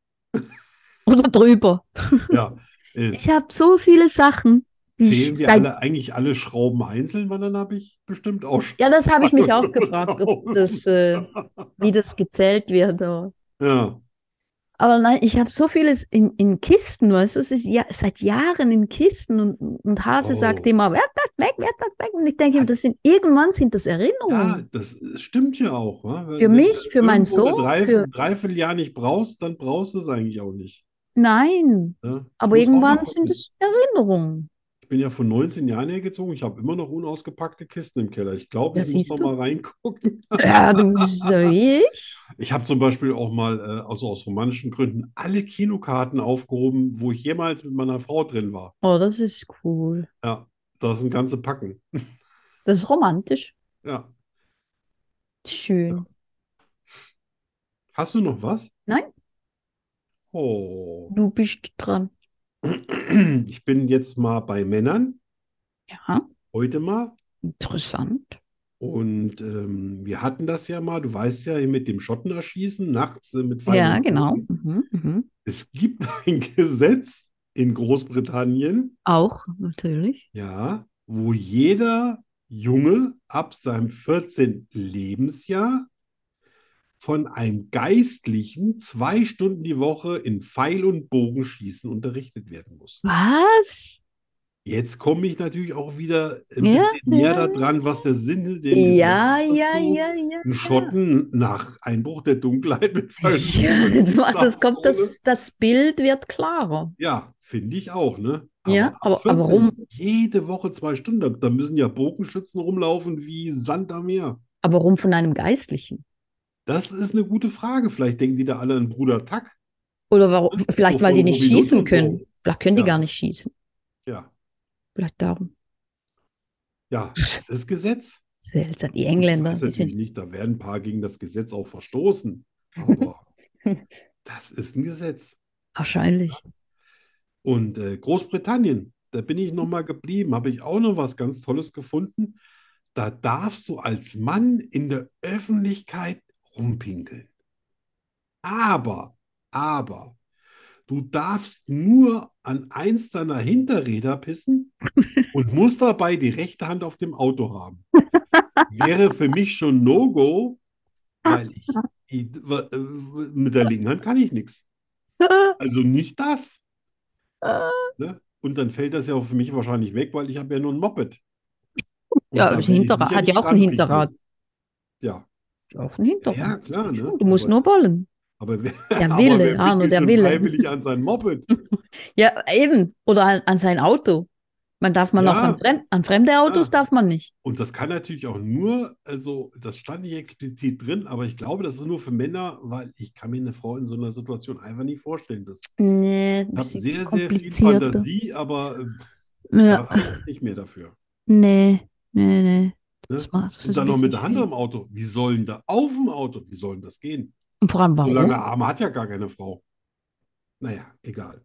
Oder drüber. Ja. Äh, Ich habe so viele Sachen, die zählen ich wir seit alle, eigentlich alle Schrauben einzeln, weil dann habe ich bestimmt auch schon. Ja, das habe ich mich auch gefragt, ob 100.000. das, äh, wie das gezählt wird. Aber, Ja. aber nein, ich habe so vieles in, in Kisten, weißt du, es ist ja seit Jahren in Kisten und, und Hase Oh. sagt immer, werf das weg, werf das weg. Und ich denke, mir, das sind, irgendwann sind das Ja, Erinnerungen. das stimmt ja auch. Ne? Wenn, Oh. Für wenn mich, du für meinen irgendwo eine Sohn, Drei, für- Dreivierteljahr nicht brauchst, dann brauchst du es eigentlich auch nicht. Nein, Ne? Ich muss auch aber irgendwann noch- sind es Erinnerungen. Ich bin ja vor 19 Jahren hergezogen. Ich habe immer noch unausgepackte Kisten im Keller. Ich glaube, Ja, ich muss siehst noch du. mal reingucken. Ja, du bist so wie ich. Ich habe zum Beispiel auch mal, äh, also aus romantischen Gründen, alle Kinokarten aufgehoben, wo ich jemals mit meiner Frau drin war. Oh, das ist cool. Ja, das sind ganze Packen. Das ist romantisch. Ja. Schön. Hast du noch was? Nein. Oh. Du bist dran. Ich bin jetzt mal bei Männern, Ja, heute mal. interessant. Und ähm, wir hatten das ja mal, du weißt ja, hier mit dem Schotten erschießen, nachts äh, mit Ja, Pfeilen und genau. Bogen. Mhm, mhm. Es gibt ein Gesetz in Großbritannien, auch, natürlich. ja, wo jeder Junge ab seinem 14. Lebensjahr von einem Geistlichen zwei Stunden die Woche in Pfeil- und Bogenschießen unterrichtet werden muss. Was? Jetzt komme ich natürlich auch wieder ein Ja, bisschen näher ja. daran, was der Sinn dem Gesetz Ja, ist, dass ja, du ja, ja. einen Schotten nach Einbruch der Dunkelheit mit Pfeil und Ja, Bogen jetzt macht das, nach kommt vorne. das, das Bild wird klarer. Ja, finde ich auch, ne? Ja, ab aber- 14, aber warum- Jede Woche zwei Stunden. Da müssen ja Bogenschützen rumlaufen wie Sand am Meer. Aber warum von einem Geistlichen? Das ist eine gute Frage. Vielleicht denken die da alle an Bruder Tack. Oder warum? Vielleicht, weil die Wovon nicht Robin Hood schießen und können. so. Vielleicht können die Ja. gar nicht schießen. Ja, Vielleicht darum. ja, das ist Gesetz. Seltsam. Die Ich Engländer, weiß die natürlich sind. nicht, da werden ein paar gegen das Gesetz auch verstoßen. Aber das ist ein Gesetz. Wahrscheinlich. Und äh, Großbritannien, da bin ich nochmal geblieben, habe ich auch noch was ganz Tolles gefunden. Da darfst du als Mann in der Öffentlichkeit rumpinkeln. Aber, aber, du darfst nur an eins deiner Hinterräder pissen und musst dabei die rechte Hand auf dem Auto haben. Wäre für mich schon No-Go, weil ich, ich äh, mit der linken Hand kann ich nichts. Also nicht das. Ne? Und dann fällt das ja auch für mich wahrscheinlich weg, weil ich habe ja nur ein Moped. Und Ja, da das werde ich Hinterrad- sicher hat ja nicht auch ein ranpinkeln. Hinterrad. Ja, Ist Auch ein Hintergrund. ja, klar, ne? Du musst Aber- nur wollen. aber wer, Der aber Wille, wer Arno, pinkelt der schon Wille. freiwillig an sein Moped? Ja, eben. Oder an, an sein Auto. Man darf man auch Ja. an, Fremd, an fremde Autos Ja. darf man nicht. Und das kann natürlich auch nur, also das stand nicht explizit drin, aber ich glaube, das ist nur für Männer, weil ich kann mir eine Frau in so einer Situation einfach nicht vorstellen. Das Nee, ein ich habe bisschen sehr, sehr viel komplizierter. Fantasie, aber äh, da Ja. reicht es nicht mehr dafür. ne? Ne. Nee, nee, nee. Das macht, das Und ist dann ein noch mit bisschen der Hand viel. am Auto. Wie soll denn da auf dem Auto? Wie soll denn das gehen? Und vor allem, So warum? lange Arme hat ja gar keine Frau. Naja, egal.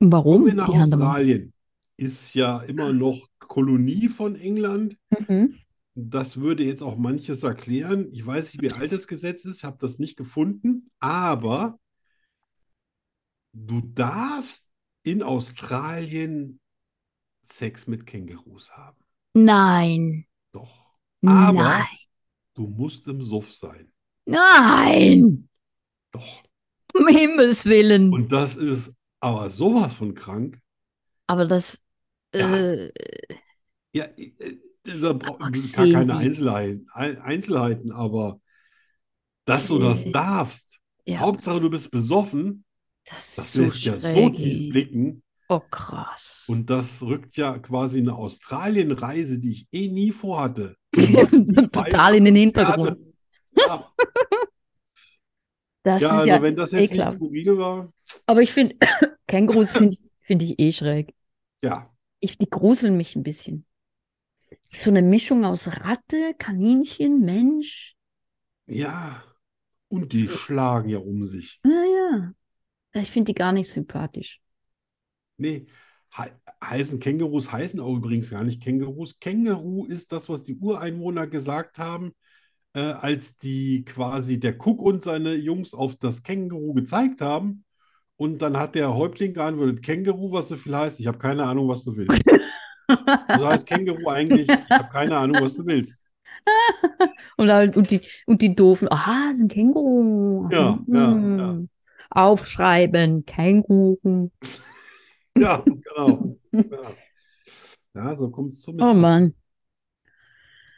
Warum? Kommen wir nach die Hand am- Australien. Ist ja immer noch Kolonie von England. Mhm. Das würde jetzt auch manches erklären. Ich weiß nicht, wie alt das Gesetz ist, habe das nicht gefunden, aber du darfst in Australien Sex mit Kängurus haben. Nein. Doch. Aber Nein. du musst im Suff sein. Nein. Doch. Um Himmels Willen. Und das ist aber sowas von krank. Aber das. Ja. Äh, Ja, äh, äh, da braucht Aber es gar gesehen, keine wie- Einzelheiten, Ein- Einzelheiten, aber dass du das Äh, darfst. ja. Hauptsache, du bist besoffen. das Das ist so lässt ja so tief schräg. blicken. Oh, krass. Und das rückt ja quasi eine Australien-Reise, die ich eh nie vorhatte. Total in den Hintergrund. Hintergrund. Ja, Das ja ist also ja, wenn das jetzt nicht ekelhaft. skurril war, aber ich finde, Kängurus finde ich, find ich eh schräg. ja, Ich, die gruseln mich ein bisschen. So eine Mischung aus Ratte, Kaninchen, Mensch. ja. Und die So. schlagen ja um sich. Ah ja. Ich finde die gar nicht sympathisch. Nee, he heißen Kängurus heißen auch übrigens gar nicht Kängurus. Känguru ist das, was die Ureinwohner gesagt haben, äh, als die quasi der Cook und seine Jungs auf das Känguru gezeigt haben. Und dann hat der Häuptling geantwortet, Känguru, was so viel heißt, ich habe keine Ahnung, was du willst. Also heißt Känguru eigentlich, ich habe keine Ahnung, was du willst. Und, halt, und, die, und die doofen, aha, es ist ein Känguru. Ja, ja, Hm. ja. Aufschreiben, Känguru. Ja, genau. Ja, ja so kommt es zum Oh Missverständnis. Mann,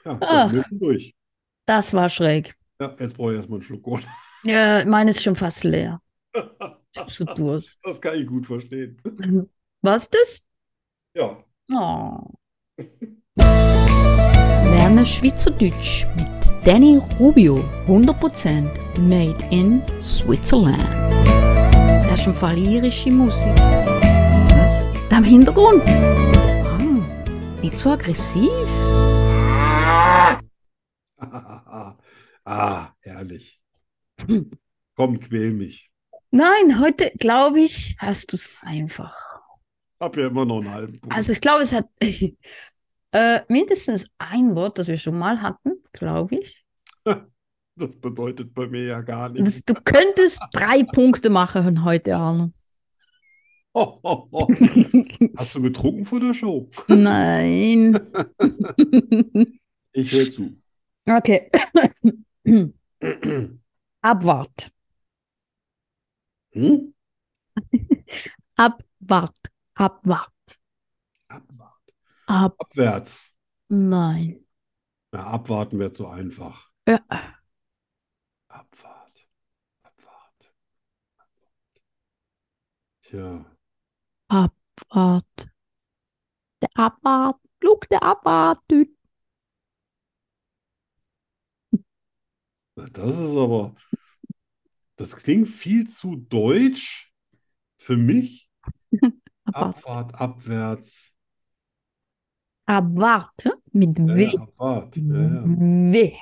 Ja, Ach. das lösen durch. das war schräg. Ja, jetzt brauche ich erstmal einen Schluck Cola. Ja, meine ist schon fast leer. Ich hab so Durst. Das kann ich gut verstehen. Was das? Ja. Oh. Lerne Schweizerdeutsch mit Danny Rubio. 100% made in Switzerland. Das ist im Fall irische Musik. Was? Da im Hintergrund? Ah, nicht so aggressiv. Ah, herrlich. Komm, quäl mich. Nein, heute glaube ich, hast du es einfach. Hab ja immer noch einen halben Punkt. Also ich glaube, es hat äh, mindestens ein Wort, das wir schon mal hatten, glaube ich. Das bedeutet bei mir ja gar nichts. Das, du könntest drei Punkte machen heute, Arno. Ho, ho, ho. Hast du getrunken vor der Show? Nein. Ich höre zu. Okay. Abwart. Hm? Abwart. Abwart. Abwart. Ab. Abwärts. Nein. Na, abwarten wäre zu einfach. Ja. Abwart. Abwart. Tja. Abwart. Der Abwart. Look, der Abwart. Düt. Na, Das ist aber, das klingt viel zu deutsch für mich. Abwart. Abfahrt, abwärts. hm? Abwart. Mit Ja, W. ja, Abfahrt. Ja, ja. W.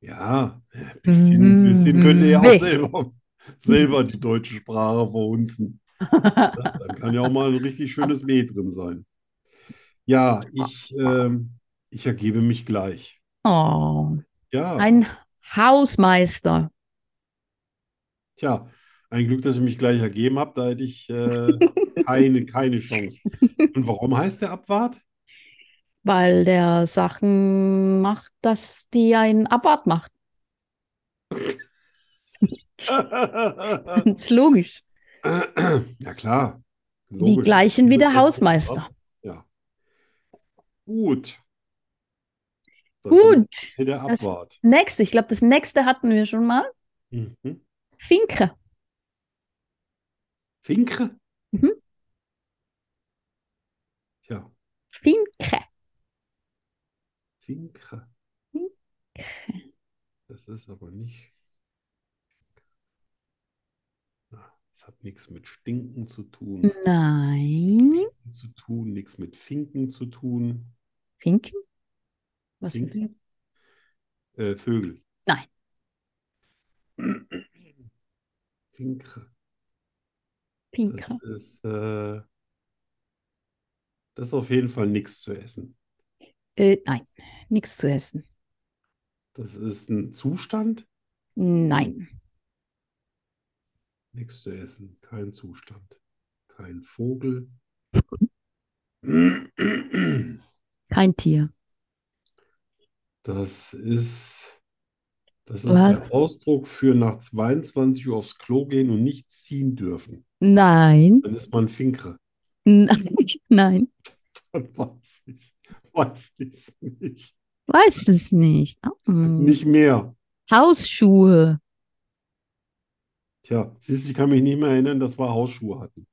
Ja, ein bisschen, ein bisschen könnt ihr ja auch Weg. selber, selber die deutsche Sprache verhunzen. Ja, dann kann ja auch mal ein richtig schönes W drin sein. Ja, ich, ähm, ich ergebe mich gleich. Oh. Ja, Ein Hausmeister. tja, ein Glück, dass ich mich gleich ergeben habe, da hätte ich äh, keine, keine Chance. Und warum heißt der Abwart? Weil der Sachen macht, dass die einen Abwart macht. Ist logisch. Ja, klar. Die Logisch. gleichen wie der Übersetzung, Hausmeister. Ja. Gut. Dann sind wir Gut. hier der Das- Abwart. Nächste. Ich glaube, das nächste hatten wir schon mal. Mhm. Finke. Finke? Mhm. Tja, Finke. Finke. Das ist aber nicht. Na, Das hat nichts mit Stinken zu tun, Nein. zu tun, nichts mit Finken zu tun. Finken? Was für Finken? Äh, Vögel. Nein. Finke. Finke? Das ist, äh, das ist auf jeden Fall nichts zu essen. Äh, nein, nichts zu essen. Das ist ein Zustand, Nein. nichts zu essen, kein Zustand, kein Vogel. Kein Tier. Das ist, das ist Was? der Ausdruck für nach 22 Uhr aufs Klo gehen und nicht ziehen dürfen. Nein. Dann ist man Finkre. Nein. Dann weiß ich weiß ich's nicht. Weiß es nicht. Ah. Hm. Mm. Nicht mehr. Hausschuhe. Tja, siehst du, ich kann mich nicht mehr erinnern, dass wir Hausschuhe hatten.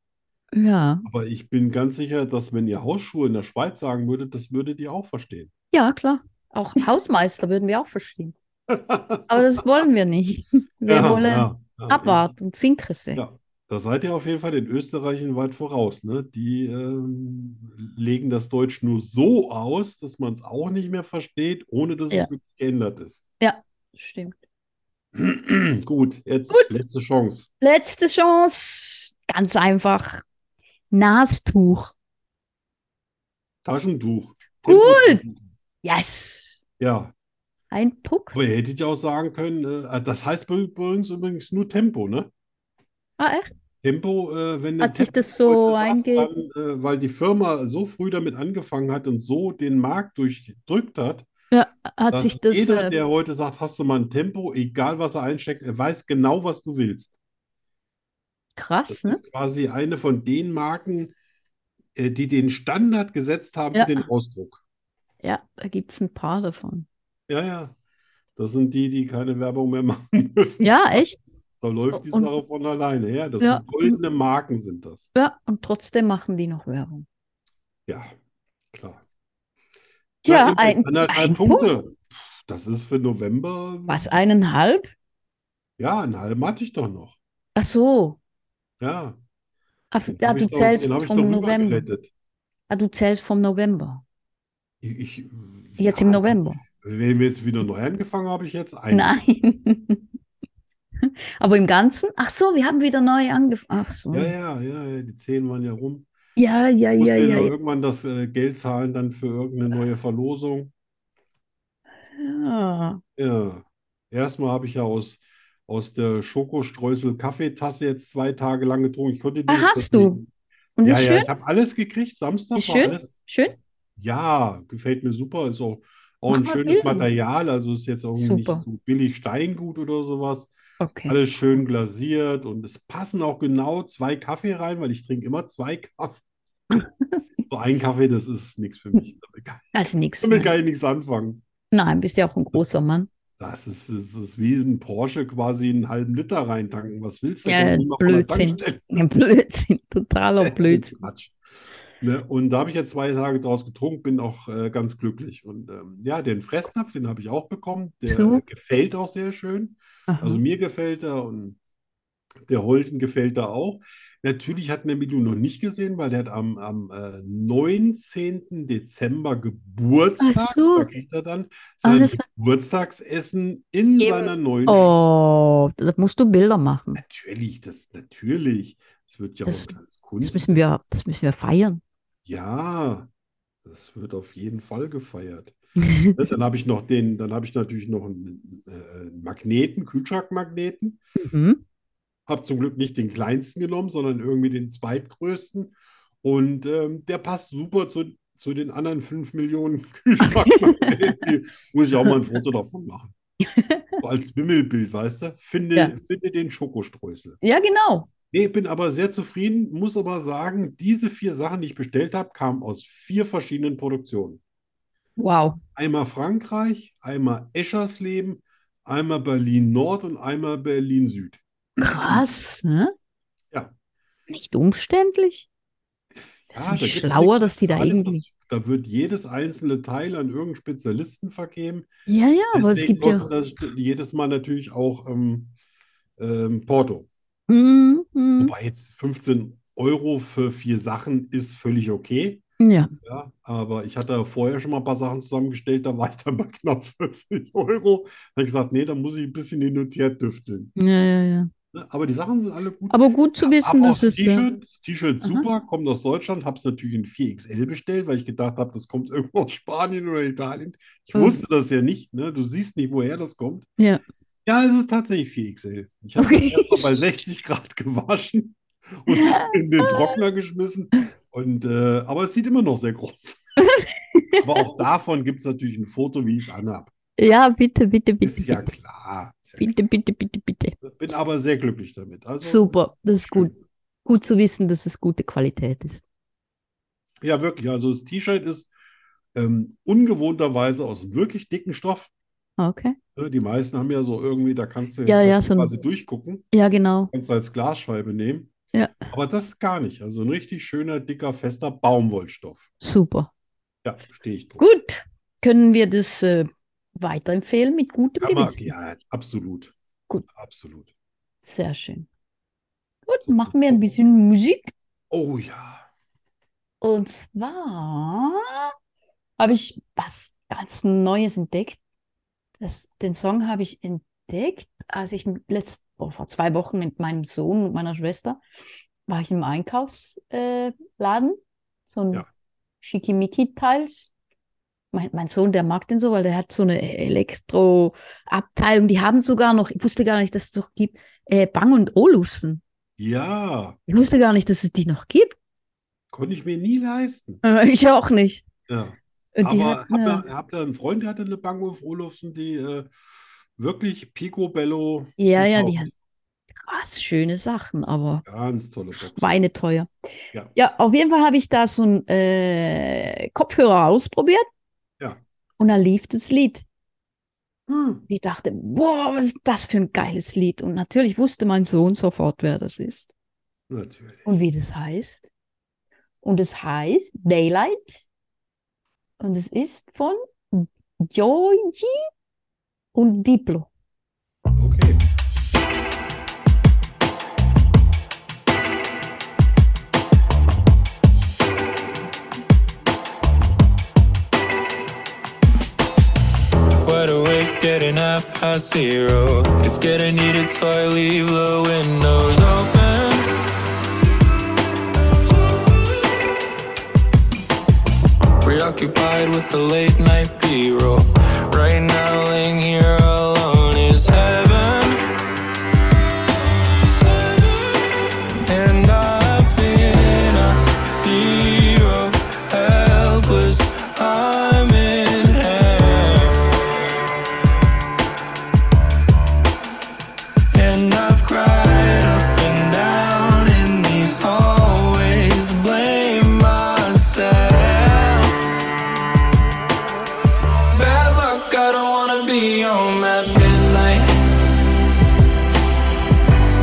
Ja. Aber ich bin ganz sicher, dass wenn ihr Hausschuhe in der Schweiz sagen würdet, das würdet ihr auch verstehen. Ja, klar. Auch Hausmeister würden wir auch verstehen. Aber das wollen wir nicht. Wir Ja, wollen ja, ja, Abwart und Finke sehen. Ja. Da seid ihr auf jeden Fall den Österreichern weit voraus. Ne? Die ähm, legen das Deutsch nur so aus, dass man es auch nicht mehr versteht, ohne dass Ja. es wirklich geändert ist. Stimmt. Gut, jetzt letzte Chance. Letzte Chance. Ganz einfach. Nastuch. Taschentuch. Gut. Yes. Ja, Ein Puck. aber ihr hättet ja auch sagen können, äh, das heißt übrigens übrigens nur Tempo, ne? Ah, echt? Tempo, äh, wenn du Hat sich Tempo das so sagst, einge... dann, äh, weil die Firma so früh damit angefangen hat und so den Markt durchdrückt hat, Hat dass sich das. jeder, äh, der heute sagt, hast du mal ein Tempo, egal was er einsteckt, er weiß genau, was du willst. krass, Das ne? ist quasi eine von den Marken, äh, die den Standard gesetzt haben Ja. für den Ausdruck. Ja, da gibt es ein paar davon. Ja, ja. Das sind die, die keine Werbung mehr machen müssen. Ja, echt? Da läuft die Und- Sache von alleine her. Das Ja. sind goldene Marken, sind das. Ja, und trotzdem machen die noch Werbung. Ja, klar. Tja, Na, immerhin ein- anderthalb ein Punkte. Pff, Das ist für November. Was, eineinhalb? Ja, einen halben hatte ich doch noch. Ach so. Ja, Ah, den ja, habe du ich doch, zählst den habe ich vom doch rüber November. gerettet. Ah, du zählst vom November. Ich, ich, Jetzt ja, im November. Wenn wir jetzt wieder neu angefangen haben, habe ich jetzt einen. Nein. Aber im Ganzen? Ach so, wir haben wieder neu angefangen. Ach so. Ja, ja, ja, ja, die zehn waren ja rum. Ja, ja, Muss ja, ja ja, noch ja. irgendwann das äh, Geld zahlen dann für irgendeine neue Verlosung. Ja. Ja. Äh, Erstmal habe ich ja aus, aus der Schokostreusel Kaffeetasse jetzt zwei Tage lang getrunken. Ich konnte die Ah, nicht hast du? trinken. Und Ja, ist ja, schön? ich habe alles gekriegt. Samstag Ist war schön? alles. Schön? Ja, gefällt mir super. Ist auch, auch Mach ein mal schönes Bilder. Material. Also ist jetzt auch nicht Super. so billig Steingut oder sowas. Okay. Alles schön glasiert und es passen auch genau zwei Kaffee rein, weil ich trinke immer zwei Kaffee. So ein Kaffee, das ist nichts für mich. Damit kann, Das ist nichts. damit Ne? kann ich nichts anfangen. Nein, bist ja auch ein großer Mann. Das ist, das ist wie ein Porsche quasi einen halben Liter reintanken. Was willst du? Ja, Kannst du mal von der Blödsinn. Tankstelle- Ja, Blödsinn, totaler Das ist Blödsinn. Quatsch. Ne? Und da habe ich jetzt zwei Tage draus getrunken, bin auch äh, ganz glücklich. Und ähm, ja, den Fressnapf, den habe ich auch bekommen. Der So. äh, gefällt auch sehr schön. Also Aha. mir gefällt er und der Holten gefällt er auch. Natürlich hat der Milu noch nicht gesehen, weil der hat am, am äh, 19. Dezember Geburtstag. Ach so. Da kriegt er dann sein das- Geburtstagsessen in Im- seiner neuen Oh, da musst du Bilder machen. Natürlich, das natürlich. Das wird ja auch Das- ein kleines Das Kunst. müssen wir, das müssen wir feiern. Ja, das wird auf jeden Fall gefeiert. Ne, Dann habe ich noch den, dann habe ich natürlich noch einen, äh, einen Magneten, Kühlschrankmagneten. Mhm. Habe zum Glück nicht den kleinsten genommen, sondern irgendwie den zweitgrößten. Und ähm, der passt super zu, zu den anderen 5 Millionen Kühlschrankmagneten. Die Muss ich auch mal ein Foto davon machen. So als Wimmelbild, weißt du? Finde, Ja. finde den Schokostreusel. Ja, genau. Nee, bin aber sehr zufrieden, muss aber sagen, diese vier Sachen, die ich bestellt habe, kamen aus vier verschiedenen Produktionen. Wow. Einmal Frankreich, einmal Eschersleben, einmal Berlin Nord und einmal Berlin Süd. Krass, ne? Ja. Nicht umständlich? Das Ja, ist da nicht gibt's schlauer, nichts. dass die da Alles ist- irgendwie. da wird jedes einzelne Teil an irgendeinen Spezialisten vergeben. Ja, ja, aber es Deswegen gibt ja. kostet das jedes Mal natürlich auch ähm, ähm, Porto. Mhm, mhm. Wobei jetzt 15 Euro für vier Sachen ist völlig okay. Ja, Ja, aber ich hatte vorher schon mal ein paar Sachen zusammengestellt, da war ich dann bei knapp 40 Euro. Da habe ich gesagt, nee, da muss ich ein bisschen hin und her düfteln. ja, ja, ja. Ne, Aber die Sachen sind alle gut. Aber gut zu Hab wissen, auch dass das es. äh, ja- T-Shirt, das T-Shirt Aha. super, kommt aus Deutschland, habe es natürlich in 4XL bestellt, weil ich gedacht habe, das kommt irgendwo aus Spanien oder Italien. Ich Ähm. wusste das ja nicht, ne? Du siehst nicht, woher das kommt. Ja. Ja, es ist tatsächlich 4XL. Ich habe Okay. es erstmal bei 60 Grad gewaschen und in den Trockner geschmissen. Und, äh, aber es sieht immer noch sehr groß aus. Aber auch davon gibt es natürlich ein Foto, wie ich es anhab. Ja, bitte, bitte, bitte, Ist ja bitte. klar. Ist ja Bitte, bitte, bitte, bitte. klar. Bin aber sehr glücklich damit. Also, Super, das ist gut. Gut zu wissen, dass es gute Qualität ist. Ja, wirklich. Also das T-Shirt ist ähm, ungewohnterweise aus einem wirklich dicken Stoff. Okay. Ne, Die meisten haben ja so irgendwie, da kannst du Ja, ja, kannst du so ein- quasi durchgucken, Ja, genau. kannst du als Glasscheibe nehmen. Ja. Aber das gar nicht. Also ein richtig schöner, dicker, fester Baumwollstoff. Super. Ja, stehe ich drauf. Gut. Können wir das äh, weiterempfehlen mit gutem Kann man, Gewissen? ja, absolut. Gut. Absolut. Sehr schön. Gut, machen wir ein bisschen Musik. Oh ja. Und zwar habe ich was ganz Neues entdeckt. Das, den Song habe ich entdeckt, als ich letzt, oh, vor zwei Wochen mit meinem Sohn und meiner Schwester war ich im Einkaufsladen, so ein Ja. Schickimicki-Teil. Mein, mein Sohn, der mag den so, weil der hat so eine Elektroabteilung. Die haben sogar noch, ich wusste gar nicht, dass es doch gibt, äh, Bang und Olufsen. Ja, Ich wusste gar nicht, dass es die noch gibt. konnte ich mir nie leisten. Äh, ich auch nicht. Ja. Und die Aber hatten, hab äh, da, hab da einen Freund, der hatte eine Bangwolf Olufsen, die äh, wirklich Picobello ja, ja, die gekauft. haben krass schöne Sachen, aber Ganz tolle Box. schweineteuer. Ja. ja, auf jeden Fall habe ich da so einen äh, Kopfhörer ausprobiert. Ja. Und da lief das Lied. Hm. Ich dachte, boah, was ist das für ein geiles Lied? Und natürlich wusste mein Sohn sofort, wer das ist Natürlich. und wie das heißt. Und es heißt Daylight. Und es ist von Joji und Diplo. Okay. Wide awake, getting up past zero. It's getting heated, so I leave the windows open. Preoccupied with the late night B roll. Right now, laying here alone is heaven. And I've been a hero, helpless. I'm in hell. And I've cried up and down in these hallways. Blame myself. Bad luck, I don't wanna be on that midnight.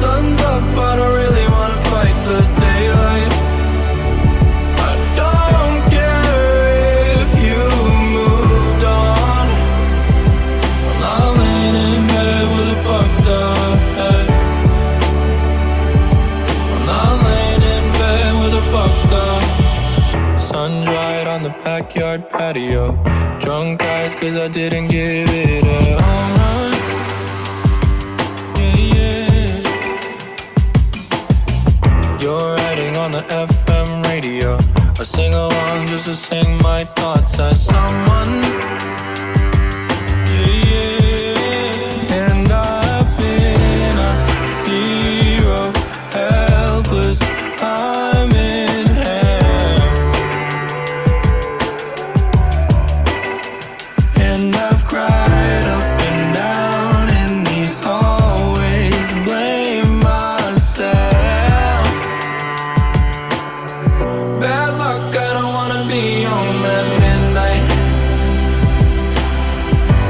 Sun's up, I don't really wanna fight the daylight. I don't care if you moved on. I'm laying in bed with a fucked up head. I'm laying in bed with a fucked up. Sun dried on the backyard patio. Drunk eyes, cause I didn't give it a home run. Yeah, yeah. You're writing on the FM radio. I sing along just to sing my thoughts as someone. And I've been a hero, helpless. I'm in hell. And I've cried up and down in these hallways. Blame myself. Bad luck, I don't wanna be home at midnight.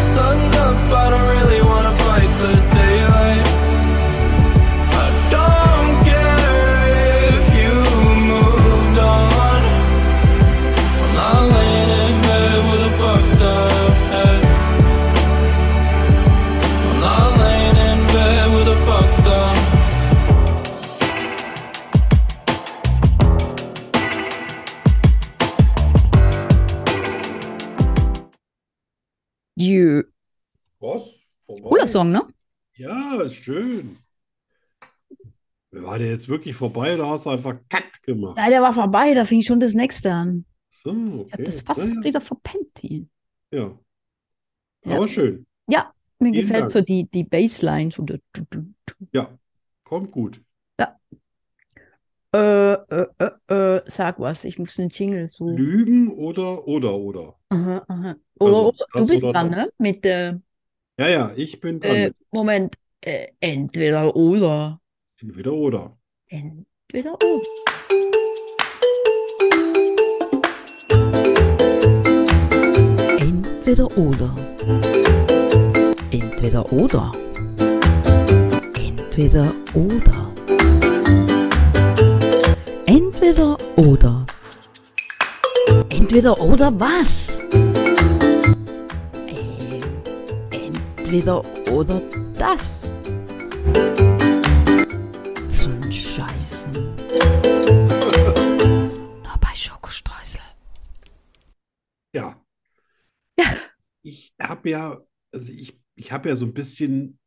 Sun's up, I don't really wanna fight the daylight. I don't care if you moved on. I'm not laying in bed with a fucked up head. I'm not laying in bed with a fucked up. Jö. Was? Vorbei? Cooler Song, ne? Ja, schön. War der jetzt wirklich vorbei oder hast du einfach Cut gemacht? Ja, der war vorbei, da fing schon das nächste an. So, Ich habe okay. das fast Naja, wieder verpennt. hier. ja. Ja. Aber schön. Mir Vielen gefällt Dank. so die, die Bassline. So, du- du- du- Ja. Kommt gut. du. äh, äh, äh, äh, sag was, ich muss den Jingle so. Lügen oder, oder, oder. Aha, aha. Also, Oder, oder, du das bist oder dran, das. ne? Mit, äh, Ja, ja, ich bin dran. äh, Moment, äh, entweder oder. Entweder oder. Entweder oder. Entweder oder. Entweder oder. Entweder oder. Entweder oder. Entweder oder was? Ähm, entweder oder das. Zum Scheißen. Nur bei Schokostreusel. Ja. Ich habe ja, also ich, ich habe ja so ein bisschen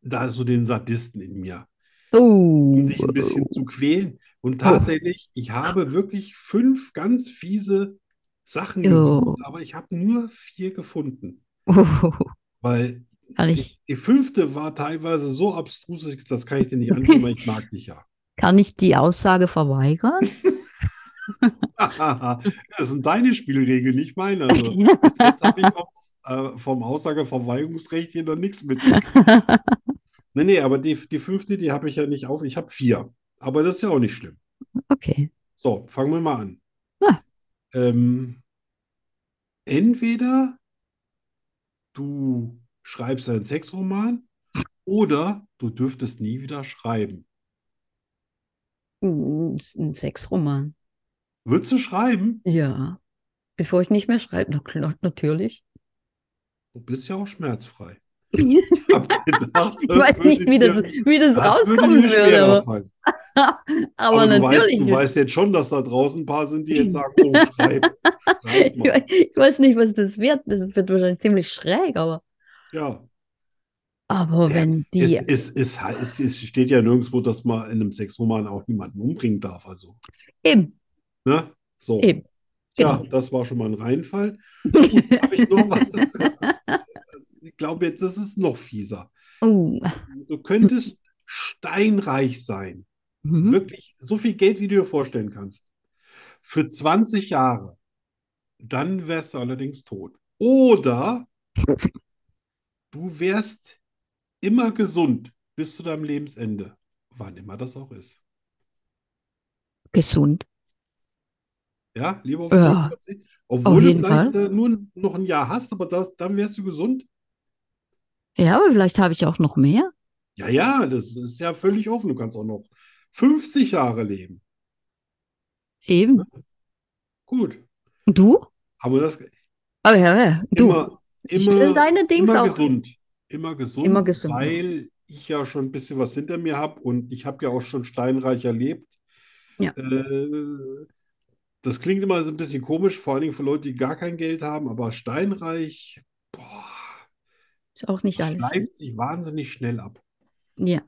da so den Sadisten in mir, um Oh. dich ein bisschen zu quälen. Und tatsächlich, ich habe wirklich fünf ganz fiese Sachen gesucht, aber ich habe nur vier gefunden, oh. weil die, Herrlich. die fünfte war teilweise so abstrus, dass ich- das kann ich dir nicht anschauen, weil ich mag dich ja. Kann ich die Aussage verweigern? das sind deine Spielregeln, nicht meine. Also, bis jetzt habe ich vom, äh, vom Aussageverweigerungsrecht hier noch nichts mitgekriegt. Nee, nee, aber die, die fünfte, die habe ich ja nicht auf. Ich habe vier. Aber das ist ja auch nicht schlimm. Okay. So, fangen wir mal an. Ja. Ähm, entweder du schreibst einen Sexroman oder du dürftest nie wieder schreiben. Ein ein Sexroman. Würdest du schreiben? Ja. Bevor ich nicht mehr schreibe, na klar, natürlich. Du bist ja auch schmerzfrei. Ich habe gedacht, Ich das weiß würde nicht, wie dir- das, wie das Das würde rauskommen mir würde, schwerer aber, fallen. aber du weißt, natürlich. du weißt jetzt schon, dass da draußen ein paar sind, die jetzt sagen, oh, schreib, schreib Ich mal. weiß- ich weiß nicht, was das wird. Das wird wahrscheinlich ziemlich schräg, aber, Ja, aber Ja, wenn es, die. es, es, es, es steht ja nirgendwo, dass man in einem Sexroman auch niemanden umbringen darf. Also, Eben. ne? So. Eben. Ja, Genau. das war schon mal ein Reinfall. Gut, Habe ich noch was? Ich glaube, jetzt das ist noch fieser. Uh. Oh. Du könntest steinreich sein. hm, Mhm. Wirklich so viel Geld, wie du dir vorstellen kannst. Für 20 Jahre. Dann wärst du allerdings tot. Oder du wärst immer gesund bis zu deinem Lebensende. Wann immer das auch ist. Gesund. Ja, lieber auf Ja. 45. Obwohl du jeden vielleicht Fall. äh, nur noch ein Jahr hast, aber das, dann wärst du gesund. Ja, aber vielleicht habe ich auch noch mehr. Ja, ja, das ist ja völlig offen. Du kannst auch noch 50 Jahre leben. Eben. Gut. Und Du? Haben wir das Oh, ja, ja. Du. immer, Ich immer. will deine Dings Immer auch. gesund. Immer gesund, Immer gesund, ja. weil ich ja schon ein bisschen was hinter mir habe und ich habe ja auch schon steinreich erlebt. Ja. Äh, das klingt immer so ein bisschen komisch, vor allen Dingen für Leute, die gar kein Geld haben, aber steinreich, boah, Ist auch nicht alles. schleift sich wahnsinnig schnell ab. Ja.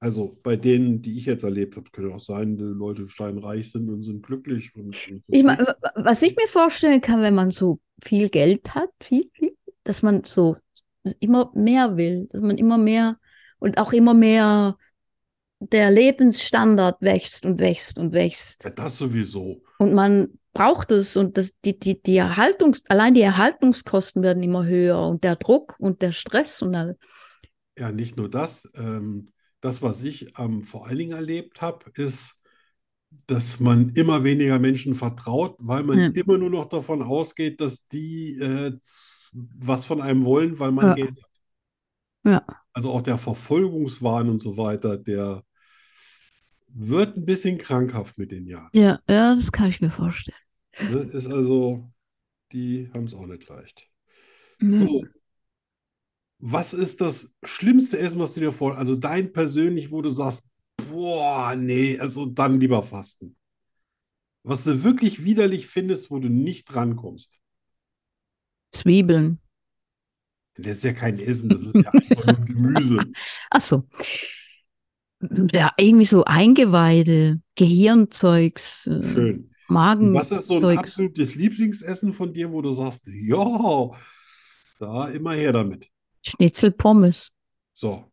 Also bei denen, die ich jetzt erlebt habe, können auch sein, die Leute steinreich sind und sind glücklich. Und, und Ich meine, wa- wa- was ich mir vorstellen kann, wenn man so viel Geld hat, viel, viel, dass man so immer mehr will, dass man immer mehr und auch immer mehr der Lebensstandard wächst und wächst und wächst. Ja, das sowieso. Und man braucht es und das, die, die, die Erhaltungs-, allein die Erhaltungskosten werden immer höher und der Druck und der Stress und alles. Ja, nicht nur das. Ähm, das, was ich ähm, vor allen Dingen erlebt habe, ist, dass man immer weniger Menschen vertraut, weil man Ja. immer nur noch davon ausgeht, dass die äh, z- was von einem wollen, weil man Ja. Geld hat. Ja. Also auch der Verfolgungswahn und so weiter, der wird ein bisschen krankhaft mit den Jahren. Ja, ja, das kann ich mir vorstellen. Ne? Ist also, die haben es auch nicht leicht. Ne. So, was ist das schlimmste Essen, was du dir vor, also dein persönlich, wo du sagst, boah, nee, also dann lieber fasten. Was du wirklich widerlich findest, wo du nicht rankommst. Zwiebeln. Denn Das ist ja kein Essen, das ist ja einfach nur Gemüse. Ach so. Ja, irgendwie so Eingeweide, Gehirnzeugs, äh, Schön. Und Hm, Magen. was ist so ein Zeug. absolutes Lieblingsessen von dir, wo du sagst, ja, da immer her damit. Schnitzel, Pommes. So,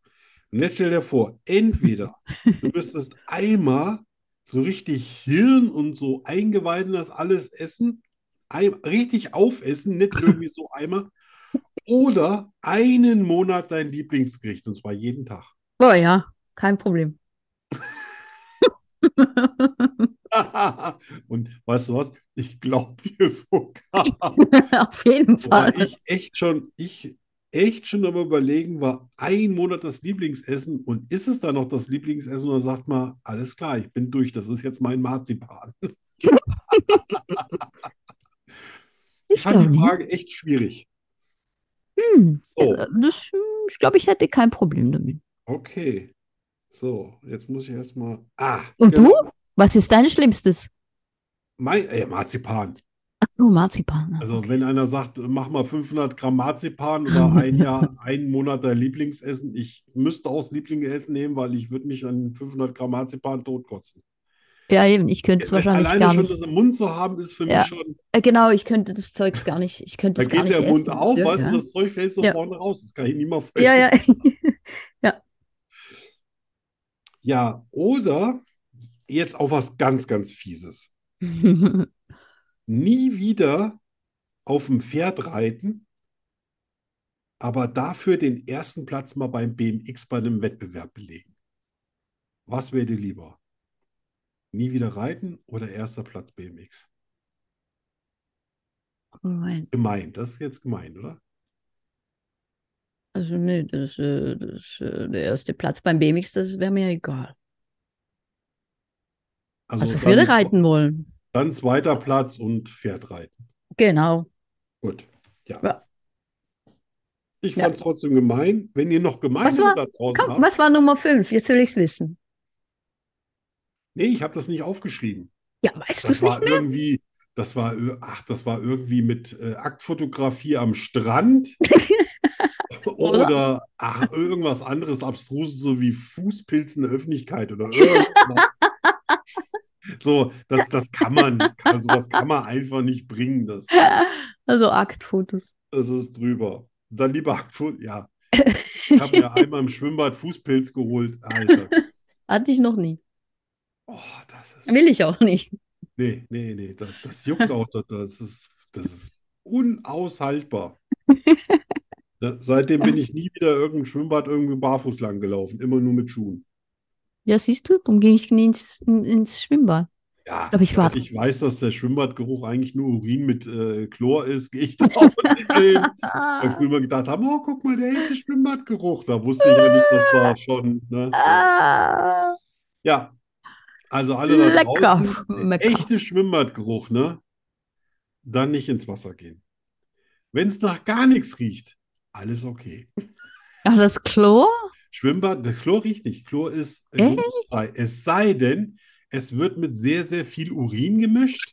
und jetzt stell dir vor, entweder du müsstest einmal so richtig Hirn und so Eingeweiden das alles essen, ein, richtig aufessen, nicht irgendwie so einmal, oder einen Monat dein Lieblingsgericht, und zwar jeden Tag. Boah, Oh ja, kein Problem. Und weißt du was? Ich glaube dir sogar. Auf jeden Fall. Wobei ich echt schon, ich echt schon am Überlegen war, ein Monat das Lieblingsessen und ist es dann noch das Lieblingsessen oder sagt man, alles klar, ich bin durch, das ist jetzt mein Marzipan. Ich Ist fand die doch- Frage echt schwierig. Hm, So. äh, das, hm, ich glaube, ich hätte kein Problem damit. Okay. So, jetzt muss ich erstmal. Ah, Und genau. du? Was ist dein Schlimmstes? Mein, äh, Marzipan. Ach so, Marzipan. ne? Also wenn einer sagt, mach mal 500 Gramm Marzipan oder ein Jahr, einen Monat dein Lieblingsessen, ich müsste aus Lieblingsessen nehmen, weil ich würde mich an 500 Gramm Marzipan totkotzen. Ja, eben, ich könnte es wahrscheinlich Alleine gar schon nicht. das im Mund zu haben, ist für mich Ja, schon, Äh, genau, ich könnte das Zeugs gar nicht. Ich könnte da es gar geht nicht der Mund essen. das auf, wirkt, weißt ja. du, das Zeug fällt so Ja. vorne raus. Das kann ich niemals Ja, ja. Ja, oder jetzt auf was ganz, ganz Fieses. Nie wieder auf dem Pferd reiten, aber dafür den ersten Platz mal beim BMX bei einem Wettbewerb belegen. Was wäre dir lieber? Nie wieder reiten oder erster Platz BMX? Moment. Gemein, das ist jetzt gemein, oder? Also, nee, das, äh, das, äh, der erste Platz beim BMX, das wäre mir egal. Also Also, dann, Pferde reiten wollen. dann zweiter Platz und Pferd reiten. Genau. Gut, ja. Ja. Ich Ja. fand es trotzdem gemein. Wenn ihr noch gemeinere war- da draußen Komm, habt, was war Nummer 5? Jetzt will ich es wissen. nee, ich habe das nicht aufgeschrieben. Ja, weißt du Das es war nicht mehr? irgendwie, das war, ir- ach, das war irgendwie mit äh, Aktfotografie am Strand oder ach, irgendwas anderes Abstruses, so wie Fußpilz in der Öffentlichkeit oder irgendwas. So, das, das kann man, das kann, sowas kann man einfach nicht bringen. Das, Also Aktfotos. das ist drüber. Dann lieber Aktfotografie, ja. Ich habe mir einmal im Schwimmbad Fußpilz geholt. Alter. Hatte ich noch nie. Oh, das ist. Will ich auch nicht. Nee, nee, nee, das, das juckt auch, das, das ist, das ist unaushaltbar. Da, seitdem bin ich nie wieder irgendein Schwimmbad irgendwie barfuß lang gelaufen, immer nur mit Schuhen. Ja, siehst du, darum ging ich nie ins, in- ins Schwimmbad. Ja, glaub, ich war- als ich weiß, dass der Schwimmbadgeruch eigentlich nur Urin mit äh, Chlor ist, gehe ich da auch nicht hin. Ich habe früher immer gedacht, haben, oh, guck mal, der echte Schwimmbadgeruch. Da wusste ich ja nicht, dass da schon, ne? Ah, Ja, also alle da lecker. draußen, Lecker. echte Schwimmbadgeruch, ne? Dann nicht ins Wasser gehen. Wenn es nach gar nichts riecht, alles okay. Ach, das Chlor? Schwimmbad, das Chlor riecht nicht. Chlor ist Echt? frei. Es sei denn, es wird mit sehr, sehr viel Urin gemischt.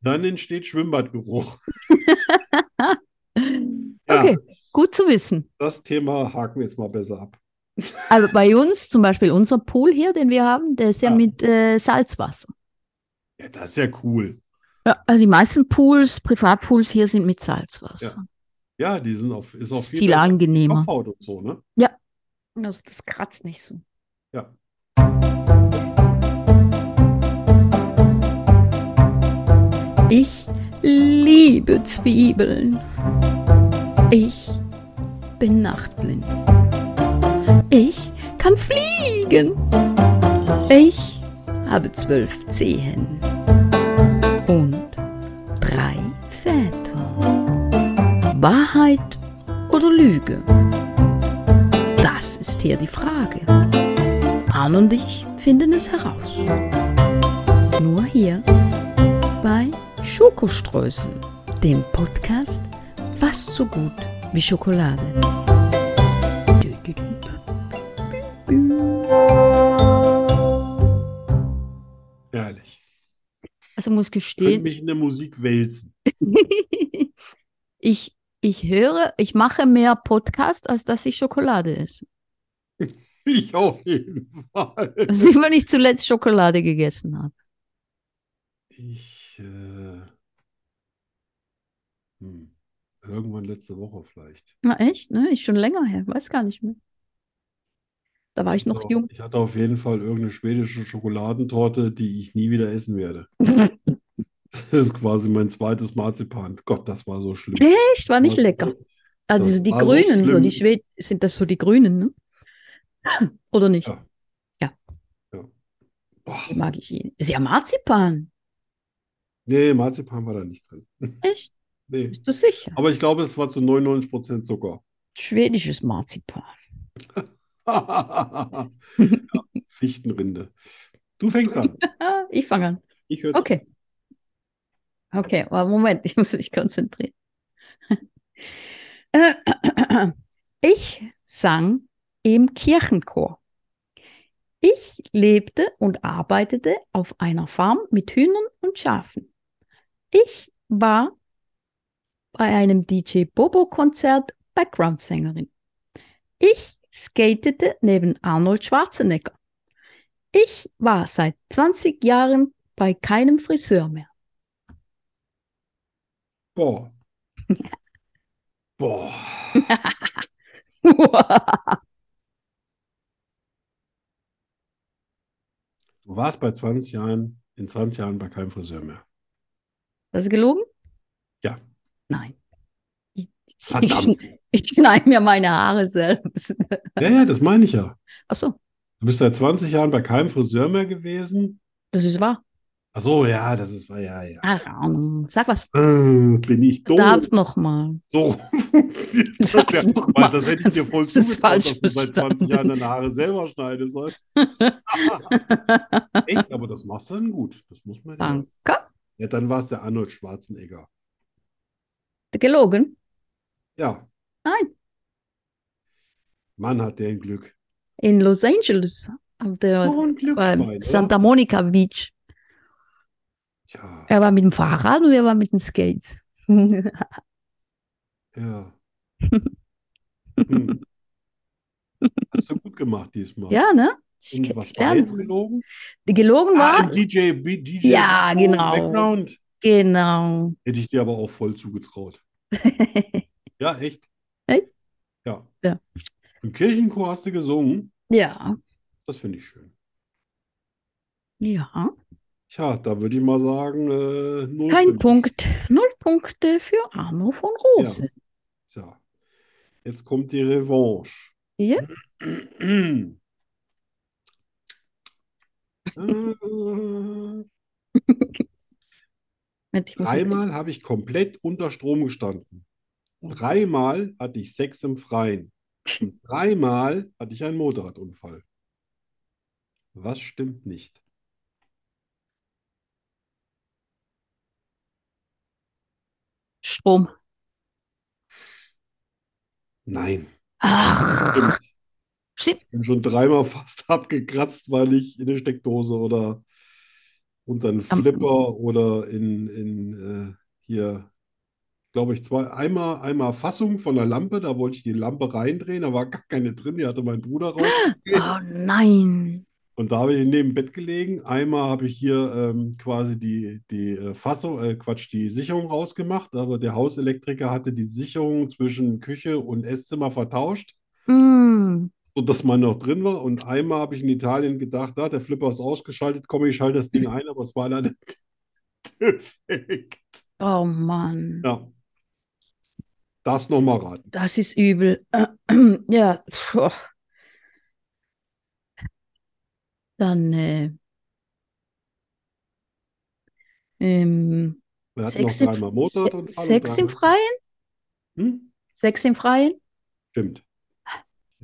Dann entsteht Schwimmbadgeruch. Ja, Okay, gut zu wissen. das Thema haken wir jetzt mal besser ab. Aber bei uns zum Beispiel, unser Pool hier, den wir haben, der ist ja Ja. mit äh, Salzwasser. Ja, das ist ja cool. Ja, also die meisten Pools, Privatpools hier sind mit Salzwasser. Ja, die sind auf, ist auch ist viel viel besser für die angenehmer. Kopfhaut und so, ne? Das, das kratzt nicht so. Ja. Ich liebe Zwiebeln. Ich bin nachtblind. Ich kann fliegen. Ich habe zwölf Zehen und drei Väter. Wahrheit oder Lüge? Das ist hier die Frage. Anne und ich finden es heraus. Nur hier bei Schokoströßen, dem Podcast fast so gut wie Schokolade. Dü, dü, dü. Herrlich. Also muss Ich könnte gestehen, mich in der Musik wälzen. ich, ich höre, ich mache mehr Podcast, als dass ich Schokolade esse. Ich auf jeden Fall. Das ist, wenn Also, ich zuletzt Schokolade gegessen habe. Ich, äh, hm, irgendwann letzte Woche vielleicht. Na echt, ne? Ist schon länger her, weiß gar nicht mehr. Da war ich noch Also, jung. Ich hatte auf jeden Fall irgendeine schwedische Schokoladentorte, die ich nie wieder essen werde. Das ist quasi mein zweites Marzipan. Gott, das war so schlimm. Echt, war nicht Das- lecker. Also das so die war so Grünen, so schlimm. die Schweden, sind das so die Grünen, ne? Oder nicht? Ja. Ja. Boah, Die mag ich ihn. Ist ja Marzipan. nee, Marzipan war da nicht drin. Echt? Nee. Bist du sicher? Aber ich glaube, es war zu 99% Zucker. Schwedisches Marzipan. Ja, Fichtenrinde. Du fängst an. Ah, ich fange an. Ich höre zu. Okay. Okay, aber Moment, ich muss mich konzentrieren. Äh, Ich sang im Kirchenchor. Ich lebte und arbeitete auf einer Farm mit Hühnern und Schafen. Ich war bei einem DJ Bobo-Konzert Background-Sängerin. Ich skatete neben Arnold Schwarzenegger. Ich war seit 20 Jahren bei keinem Friseur mehr. Boah. Boah. Du warst bei 20 Jahren, in 20 Jahren bei keinem Friseur mehr. Das ist gelogen? Ja. Nein. Ich, ich, Verdammt. ich schneide mir meine Haare selbst. Ja, ja, das meine ich ja. Ach so, Du bist seit 20 Jahren bei keinem Friseur mehr gewesen. das ist wahr. Ach so, ja, das ist, ja, ja. Ach, Ahnung. Sag was. Äh, bin ich Du doof. darfst noch mal. So funktioniert das Sag's ja. noch Weil mal. das hätte ich Das- dir voll das ist zugetraut, falsch dass du seit 20 Jahren deine Haare selber schneidest. weißt du? Echt, aber das machst du dann gut. Das muss man dir. Danke. Ja, dann war es der Arnold Schwarzenegger. Gelogen? Ja, Nein. Mann, hat der ein Glück. In Los Angeles, auf der So ein Glücksschwein, beim oder? Santa Monica Beach. Ja, Er war mit dem Fahrrad und er war mit den Skates. ja. Hm. Hast du gut gemacht diesmal. ja, ne? Ich Und ke- was ich war lerne. jetzt gelogen? Gelogen Ah, war? DJ, B- DJ Ja, Bobo im genau. Background. Genau. Hätte ich dir aber auch voll zugetraut. Ja, echt? Echt? Ja. Ja. Im Kirchenchor hast du gesungen. ja. Das finde ich schön. Ja. Tja, da würde ich mal sagen, äh, null für Kein mich. Punkt. Null Punkte für Arno von Rose. Tja. Jetzt kommt die Revanche. Ja. Äh, Moment, ich muss mich- Dreimal habe ich komplett unter Strom gestanden. Dreimal hatte ich Sex im Freien. Und dreimal hatte ich einen Motorradunfall. Was stimmt nicht? Strom. Nein. Ach, Stimmt. Stimmt. Ich bin schon dreimal fast abgekratzt, weil ich in eine Steckdose oder unter einen Am- Flipper oder in, in äh, hier, glaube ich, zwei, einmal, einmal Fassung von der Lampe, da wollte ich die Lampe reindrehen, da war gar keine drin, die hatte mein Bruder rausgedreht. oh nein. Und da habe ich neben dem Bett gelegen. Einmal habe ich hier ähm, quasi die, die äh, Fassung, äh, Quatsch, die Sicherung rausgemacht, aber der Hauselektriker hatte die Sicherung zwischen Küche und Esszimmer vertauscht Mm. so dass man noch drin war. Und einmal habe ich in Italien gedacht, da, der Flipper ist ausgeschaltet, komme ich schalte das Ding ein, aber es war leider defekt. Oh Mann. Ja. Darfst noch mal raten. Das ist übel. Ja. puh. Dann, äh, ähm, Wir hatten noch Sex im- dreimal Se- Motorradunfall und Sex im dreimal- Freien? Hm? Sex im Freien? Stimmt.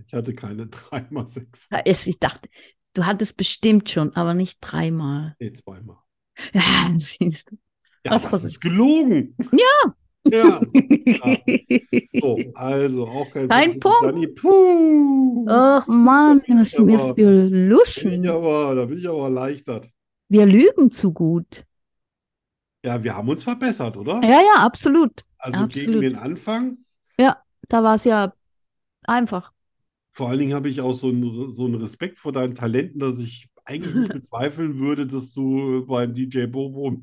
Ich hatte keine dreimal Sex. Ja, es- Ich dachte, du hattest bestimmt schon, aber nicht dreimal. Nee, zweimal. Ja, siehst du. Ja, Ach, das was- ist gelogen. Ja. Ja. So, also auch kein Kein Punkt. für Dani. Puh. Ach Mann, was sind wir Aber- für Bin ich Luschen? aber, da bin ich aber erleichtert. Wir lügen zu gut. Ja, wir haben uns verbessert, oder? Ja, ja, absolut. Also gegen absolut. den Anfang. Da war es ja einfach. Vor allen Dingen habe ich auch so einen, so einen Respekt vor deinen Talenten, dass ich eigentlich nicht bezweifeln würde, dass du beim DJ Bobo im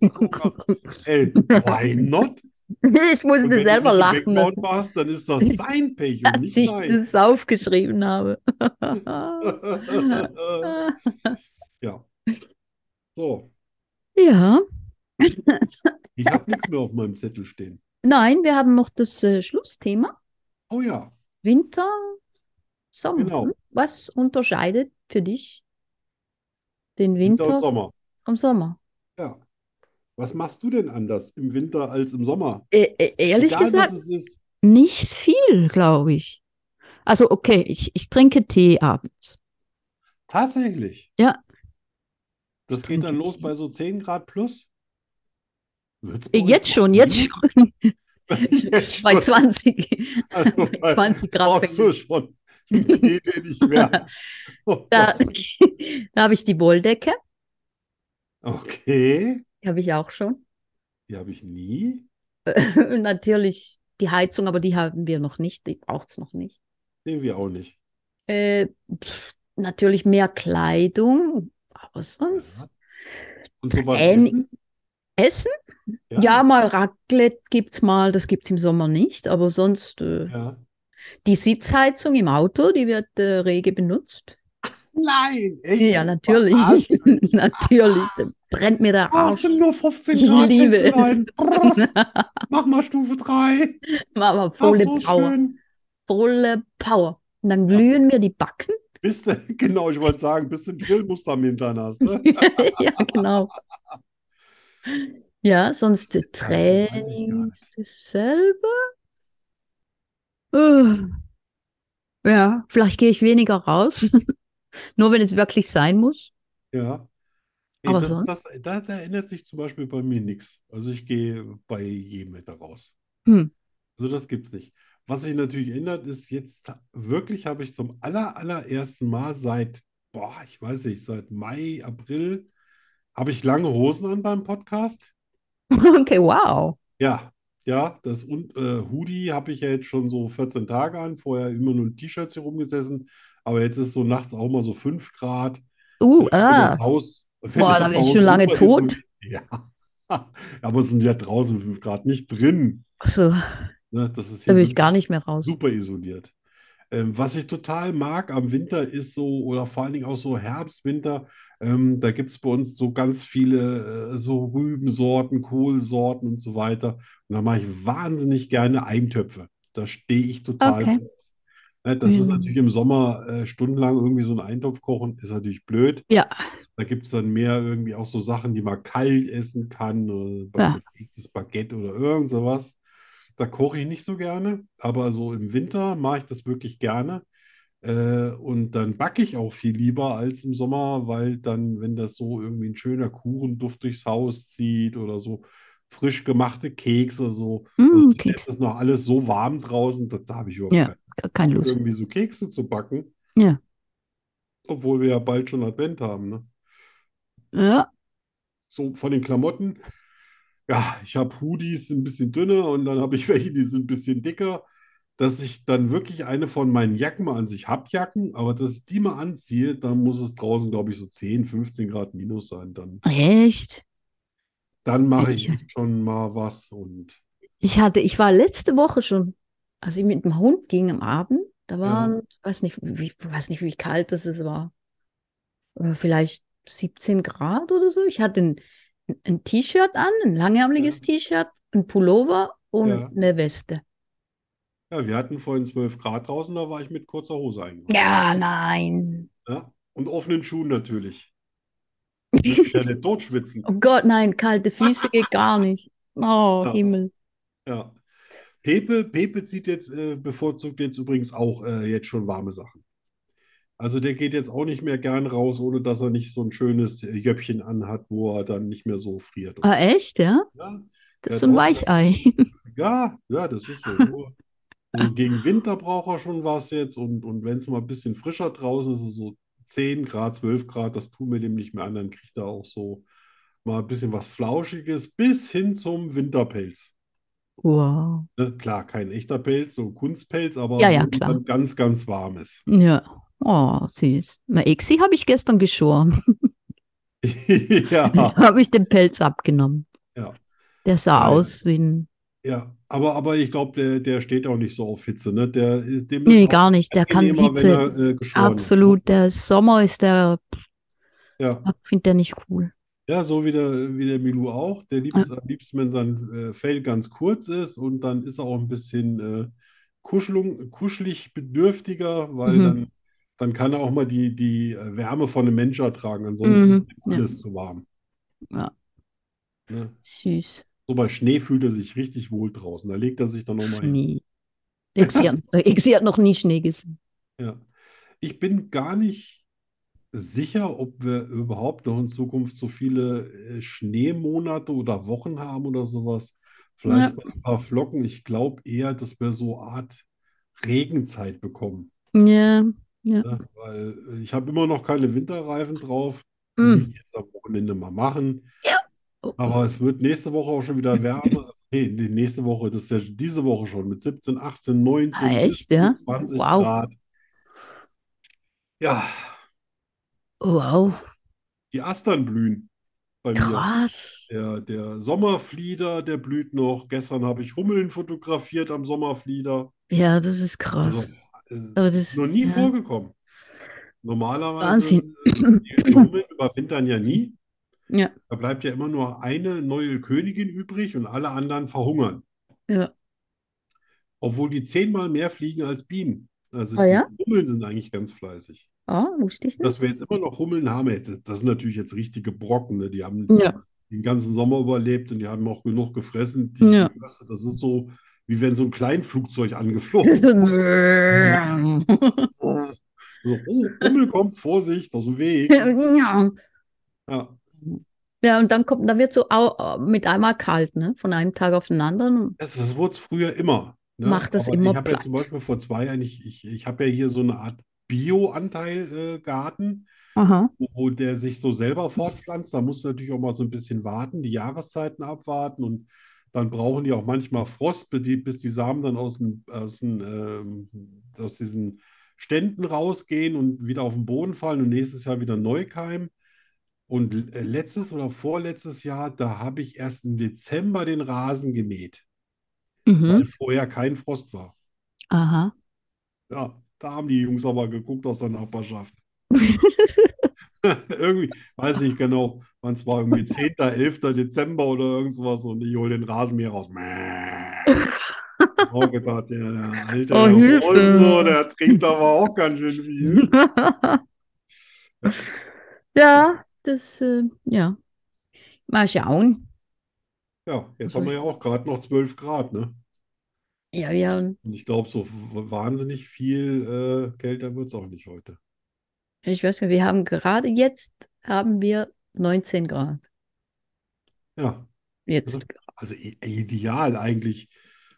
gesungen hast. Ey, why not? Ich Und musste wenn selber du nicht im lachen, dass, Background warst, dann ist das sein Pech und dass nicht ich dein. das aufgeschrieben habe. ja. So, Ja. ich habe nichts mehr auf meinem Zettel stehen. Nein, wir haben noch das äh, Schlussthema. Oh ja, Winter, Sommer. Genau. Was unterscheidet für dich den Winter und Winter Sommer. vom Sommer? Ja. Was machst du denn anders im Winter als im Sommer? Äh, äh, ehrlich Egal, gesagt, was es ist. nicht viel, glaube ich. Also, okay, ich, ich trinke Tee abends. Tatsächlich. Ja. Das Ich geht dann trinke los Tee. bei so 10 Grad plus. Wird's bei Äh, euch Jetzt noch schon, jetzt schlimm? schon. Jetzt Bei schon. 20, Also bei 20 Grad. brauchst du schon einen Tee, den ich mehr. Oh, Da, da habe ich die Wolldecke, oh. Okay. die habe ich auch schon. Die habe ich nie. Natürlich die Heizung, aber die haben wir noch nicht. Die braucht es noch nicht. Nee, wir auch nicht. Äh, pff, natürlich mehr Kleidung, aber sonst. Und sowas Ähm, Ähn- essen? Essen? Ja, mal Raclette gibt's mal, das gibt's im Sommer nicht, aber sonst äh, ja. die Sitzheizung im Auto, die wird äh, rege benutzt. Nein, echt. Ja, natürlich. Verarscht mich. Natürlich, dann brennt mir der Ah, es Arsch. sind nur 15 Ich Grad. liebe Schätzelein. Mach mal Stufe 3. Mama, Das volle ist so Power, schön. volle Power. Und dann glühen mir die Backen. Bist du, genau, ich wollte sagen, bist du ein Grillmuster am Hintern hast. Ne? ja, genau. Ja, sonst äh, Sitzheizung weiß ich gar Training nicht. dasselbe. Äh, Ja, vielleicht gehe ich weniger raus. Nur wenn es wirklich sein muss. Ja. Aber das, sonst? Das, da, da ändert sich zum Beispiel bei mir nichts. Also ich gehe bei jedem Wetter raus. Hm. Also das gibt's nicht. Was sich natürlich ändert, ist jetzt ta- wirklich habe ich zum aller, allerersten Mal seit, boah, ich weiß nicht, seit Mai, April habe ich lange Hosen an beim Podcast. Okay, wow. Ja, ja, das und äh, Hoodie habe ich ja jetzt schon so 14 Tage an. Vorher immer nur in T-Shirts hier rumgesessen, aber jetzt ist so nachts auch mal so 5 Grad. Uh, Selbst wenn ah. das Haus, wenn das Boah, da bin ich Haus schon lange super tot. isoliert- Ja. Aber es sind ja draußen 5 Grad, nicht drin. So, Ne? Das ist da hier will ich wirklich gar nicht mehr raus. super isoliert. Ähm, was ich total mag am Winter ist so, oder vor allen Dingen auch so Herbst, Winter, ähm, da gibt es bei uns so ganz viele äh, so Rübensorten, Kohlsorten und so weiter. Und da mache ich wahnsinnig gerne Eintöpfe. Da stehe ich total Okay. drauf. Ne, das ist Ja. natürlich im Sommer äh, stundenlang irgendwie so einen Eintopf kochen, ist natürlich blöd. Ja. Da gibt es dann mehr irgendwie auch so Sachen, die man kalt essen kann, oder Ja. belegtes Baguette oder irgend sowas. Da koche ich nicht so gerne, aber so im Winter mache ich das wirklich gerne. Äh, und dann backe ich auch viel lieber als im Sommer, weil dann, wenn das so irgendwie ein schöner Kuchenduft durchs Haus zieht oder so frisch gemachte Kekse oder so. Also Mm, bis jetzt Keks, ist noch alles so warm draußen, da, da habe ich überhaupt Ja. keine keine Lust, Lust. irgendwie so Kekse zu backen. Ja. Obwohl wir ja bald schon Advent haben, ne? Ja, so von den Klamotten. Ja, ich habe Hoodies ein bisschen dünner und dann habe ich welche, die sind ein bisschen dicker, dass ich dann wirklich eine von meinen Jacken mal an sich habe Jacken, aber dass ich die mal anziehe, dann muss es draußen, glaube ich, so 10, 15 Grad minus sein. Dann, echt? dann mache ich Ich- schon mal was und Ich hatte, ich war letzte Woche schon, als ich mit dem Hund ging am Abend, da waren, weiß nicht, wie, weiß nicht, wie kalt das es war. Äh, Vielleicht 17 Grad oder so. Ich hatte ein, ein- ein T-Shirt an, ein langärmeliges T-Shirt, ein Pullover und Ja. eine Weste. ja, wir hatten vorhin 12 Grad draußen, da war ich mit kurzer Hose eingegangen. Ja, nein. Ja? Und offenen Schuhen natürlich. Ich will mich ja nicht totschwitzen. Oh Gott, nein, kalte Füße geht gar nicht. Oh, Ja. Himmel. Ja. Pepe, Pepe zieht jetzt, äh, bevorzugt jetzt übrigens auch äh, jetzt schon warme Sachen. Also der geht jetzt auch nicht mehr gern raus, ohne dass er nicht so ein schönes äh, Jöppchen anhat, wo er dann nicht mehr so friert. Ah, echt, ja? Ja, Das Ja, ist so ein draußen- Weichei. ja, ja, das ist so. Nur, also gegen Winter braucht er schon was jetzt und, und wenn es mal ein bisschen frischer draußen ist, so so 10 Grad, 12 Grad, das tun wir dem nicht mehr an, dann kriegt er auch so mal ein bisschen was Flauschiges bis hin zum Winterpelz. Wow. Ne, klar, kein echter Pelz, so ein Kunstpelz, aber Ja, ja, wo klar. dann ganz, ganz warm ist. Ja. Oh, süß. Na, Exi habe ich gestern geschoren. Ja, Habe ich den Pelz abgenommen. Ja. Der sah Geil. aus wie ein. ja. Aber, aber ich glaube, der, der steht auch nicht so auf Hitze. Ne? Der, ist- dem Nee, ist auch gar nicht. Der kann angenehmer, wenn Hitze. er äh, geschoren ist. Absolut. Der Sommer ist der. Ja. Finde der nicht cool. Ja, so wie der, wie der Milou auch. Der liebt es am liebsten, wenn sein äh, Fell ganz kurz ist und dann ist er auch ein bisschen äh, kuschelung, kuschelig bedürftiger, weil Mhm. dann, dann kann er auch mal die, die äh, Wärme von einem Menschen ertragen. Ansonsten Mhm, ist ja. alles zu warm. Ja. Ne? Süß. So bei Schnee fühlt er sich richtig wohl draußen. Da legt er sich dann nochmal hin. Schnee. Exi hat, äh, Exi hat noch nie Schnee gesehen. Ja. Ich bin gar nicht sicher, ob wir überhaupt noch in Zukunft so viele äh, Schneemonate oder Wochen haben oder sowas. Vielleicht mal ein paar Flocken. Ich glaube eher, dass wir so Art Regenzeit bekommen. Ja. Hm. Ja. Ne? Weil Mhm. äh, ich habe immer noch keine Winterreifen drauf. Will Mm. ich jetzt am Wochenende mal machen. Oh. Aber es wird nächste Woche auch schon wieder wärmer. Also, Nee, nee, nächste Woche, das ist ja diese Woche schon mit 17, 18, 19, Ah, echt, 20 ja? Wow. Grad. Ja, Wow, die Astern blühen bei mir. krass. Der, der Sommerflieder, der blüht noch. Gestern habe ich Hummeln fotografiert am Sommerflieder. Ja, das ist krass. Also, es ist Aber das, noch nie ja. vorgekommen. Normalerweise, Wahnsinn. äh, die Hummeln überwintern ja nie. Ja. Da bleibt ja immer nur eine neue Königin übrig und alle anderen verhungern. Ja. Obwohl die zehnmal mehr fliegen als Bienen. Also Ah, die ja? Hummeln sind eigentlich ganz fleißig. Ah, wusste ich nicht. Dass wir jetzt immer noch Hummeln haben, jetzt, das sind natürlich jetzt richtige Brocken, ne? Die haben Ja. den ganzen Sommer überlebt und die haben auch genug gefressen. Die, Ja. die Röste, das ist so, wie wenn so ein Kleinflugzeug Das angeflogen ist so ein So, oh, Hummel kommt, Vorsicht, aus dem Weg. Ja, Ja, und dann kommt, dann wird so au, mit einmal kalt, ne? Von einem Tag auf den anderen. das, das wurde es früher immer. Ne? Macht das Aber immer ich habe ja platt. zum Beispiel vor zwei Jahren, ich, ich, ich habe ja hier so eine Art äh, Bio-Anteil-Garten, Aha. wo, wo der sich so selber fortpflanzt. Da musst du natürlich auch mal so ein bisschen warten, die Jahreszeiten abwarten und dann brauchen die auch manchmal Frost, bis die, bis die Samen dann aus, den, aus, den, ähm, aus diesen Ständen rausgehen und wieder auf den Boden fallen und nächstes Jahr wieder neu keimen. Und äh, letztes oder vorletztes Jahr, da habe ich erst im Dezember den Rasen gemäht, weil Mhm. vorher kein Frost war. Aha. Ja, da haben die Jungs aber geguckt aus der Nachbarschaft. Irgendwie, weiß nicht genau, wann es war, irgendwie 10., 11. Dezember oder irgend sowas und ich hole den Rasenmäher raus. Auch gedacht, der, der alte Oh, Herr Hilfe. Rosner, der trinkt aber auch ganz schön viel. Ja, das, äh, ja. Mal schauen. Ja, jetzt Was haben wir ja auch gerade noch 12 Grad, ne? Ja, ja, Und ich glaube, so w- wahnsinnig viel äh, kälter wird es auch nicht heute. ich weiß gar nicht, wir haben gerade jetzt haben wir 19 Grad. Ja, Jetzt. also i- ideal eigentlich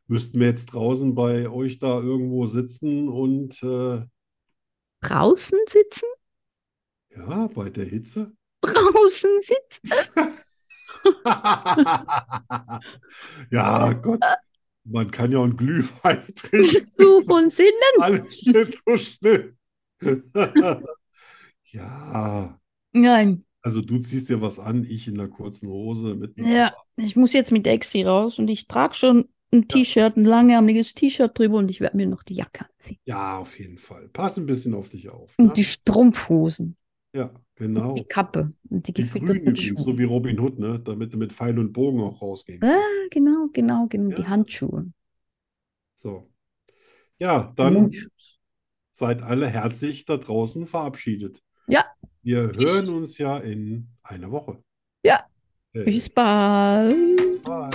müssten wir jetzt draußen bei euch da irgendwo sitzen und äh, Draußen sitzen? ja, bei der Hitze. Draußen sitzen? Ja, Gott, man kann ja auch einen Glühwein trinken. Du von Sinnen? Alles nicht so schlimm. Ja, Nein. also du ziehst dir was an, ich in der kurzen Hose mit einem Ja, ich muss jetzt mit Exi raus und ich trage schon ein T-Shirt, ein langärmeliges T-Shirt drüber und ich werde mir noch die Jacke anziehen. Ja, auf jeden Fall. Pass ein bisschen auf dich auf, ne? Und die Strumpfhosen, Ja, und genau. die Kappe und die Die Grünen gefütterten übrigens, Schuhe. so wie Robin Hood, ne? Damit du mit Pfeil und Bogen auch rausgehen Ah, kannst. genau, genau, genau, die Ja. Handschuhe. So. Ja, dann Mundschutz. seid alle herzlich da draußen verabschiedet. Ja. Wir hören uns ja in einer Woche. Ja. Äh, Bis bald. bye.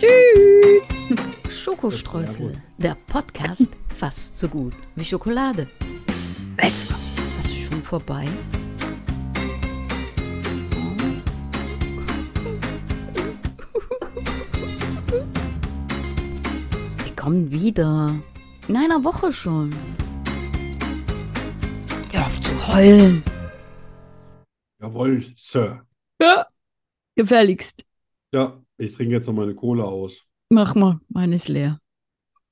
Tschüss. Schokostreusel, der Podcast fast so gut wie Schokolade. Besser. Was ist schon vorbei? Wir kommen wieder. In einer Woche schon. Hör auf zu heulen. Jawohl, Sir. Ja. Gefälligst. Ja, ich trinke jetzt noch meine Cola aus. Mach mal, meine ist leer.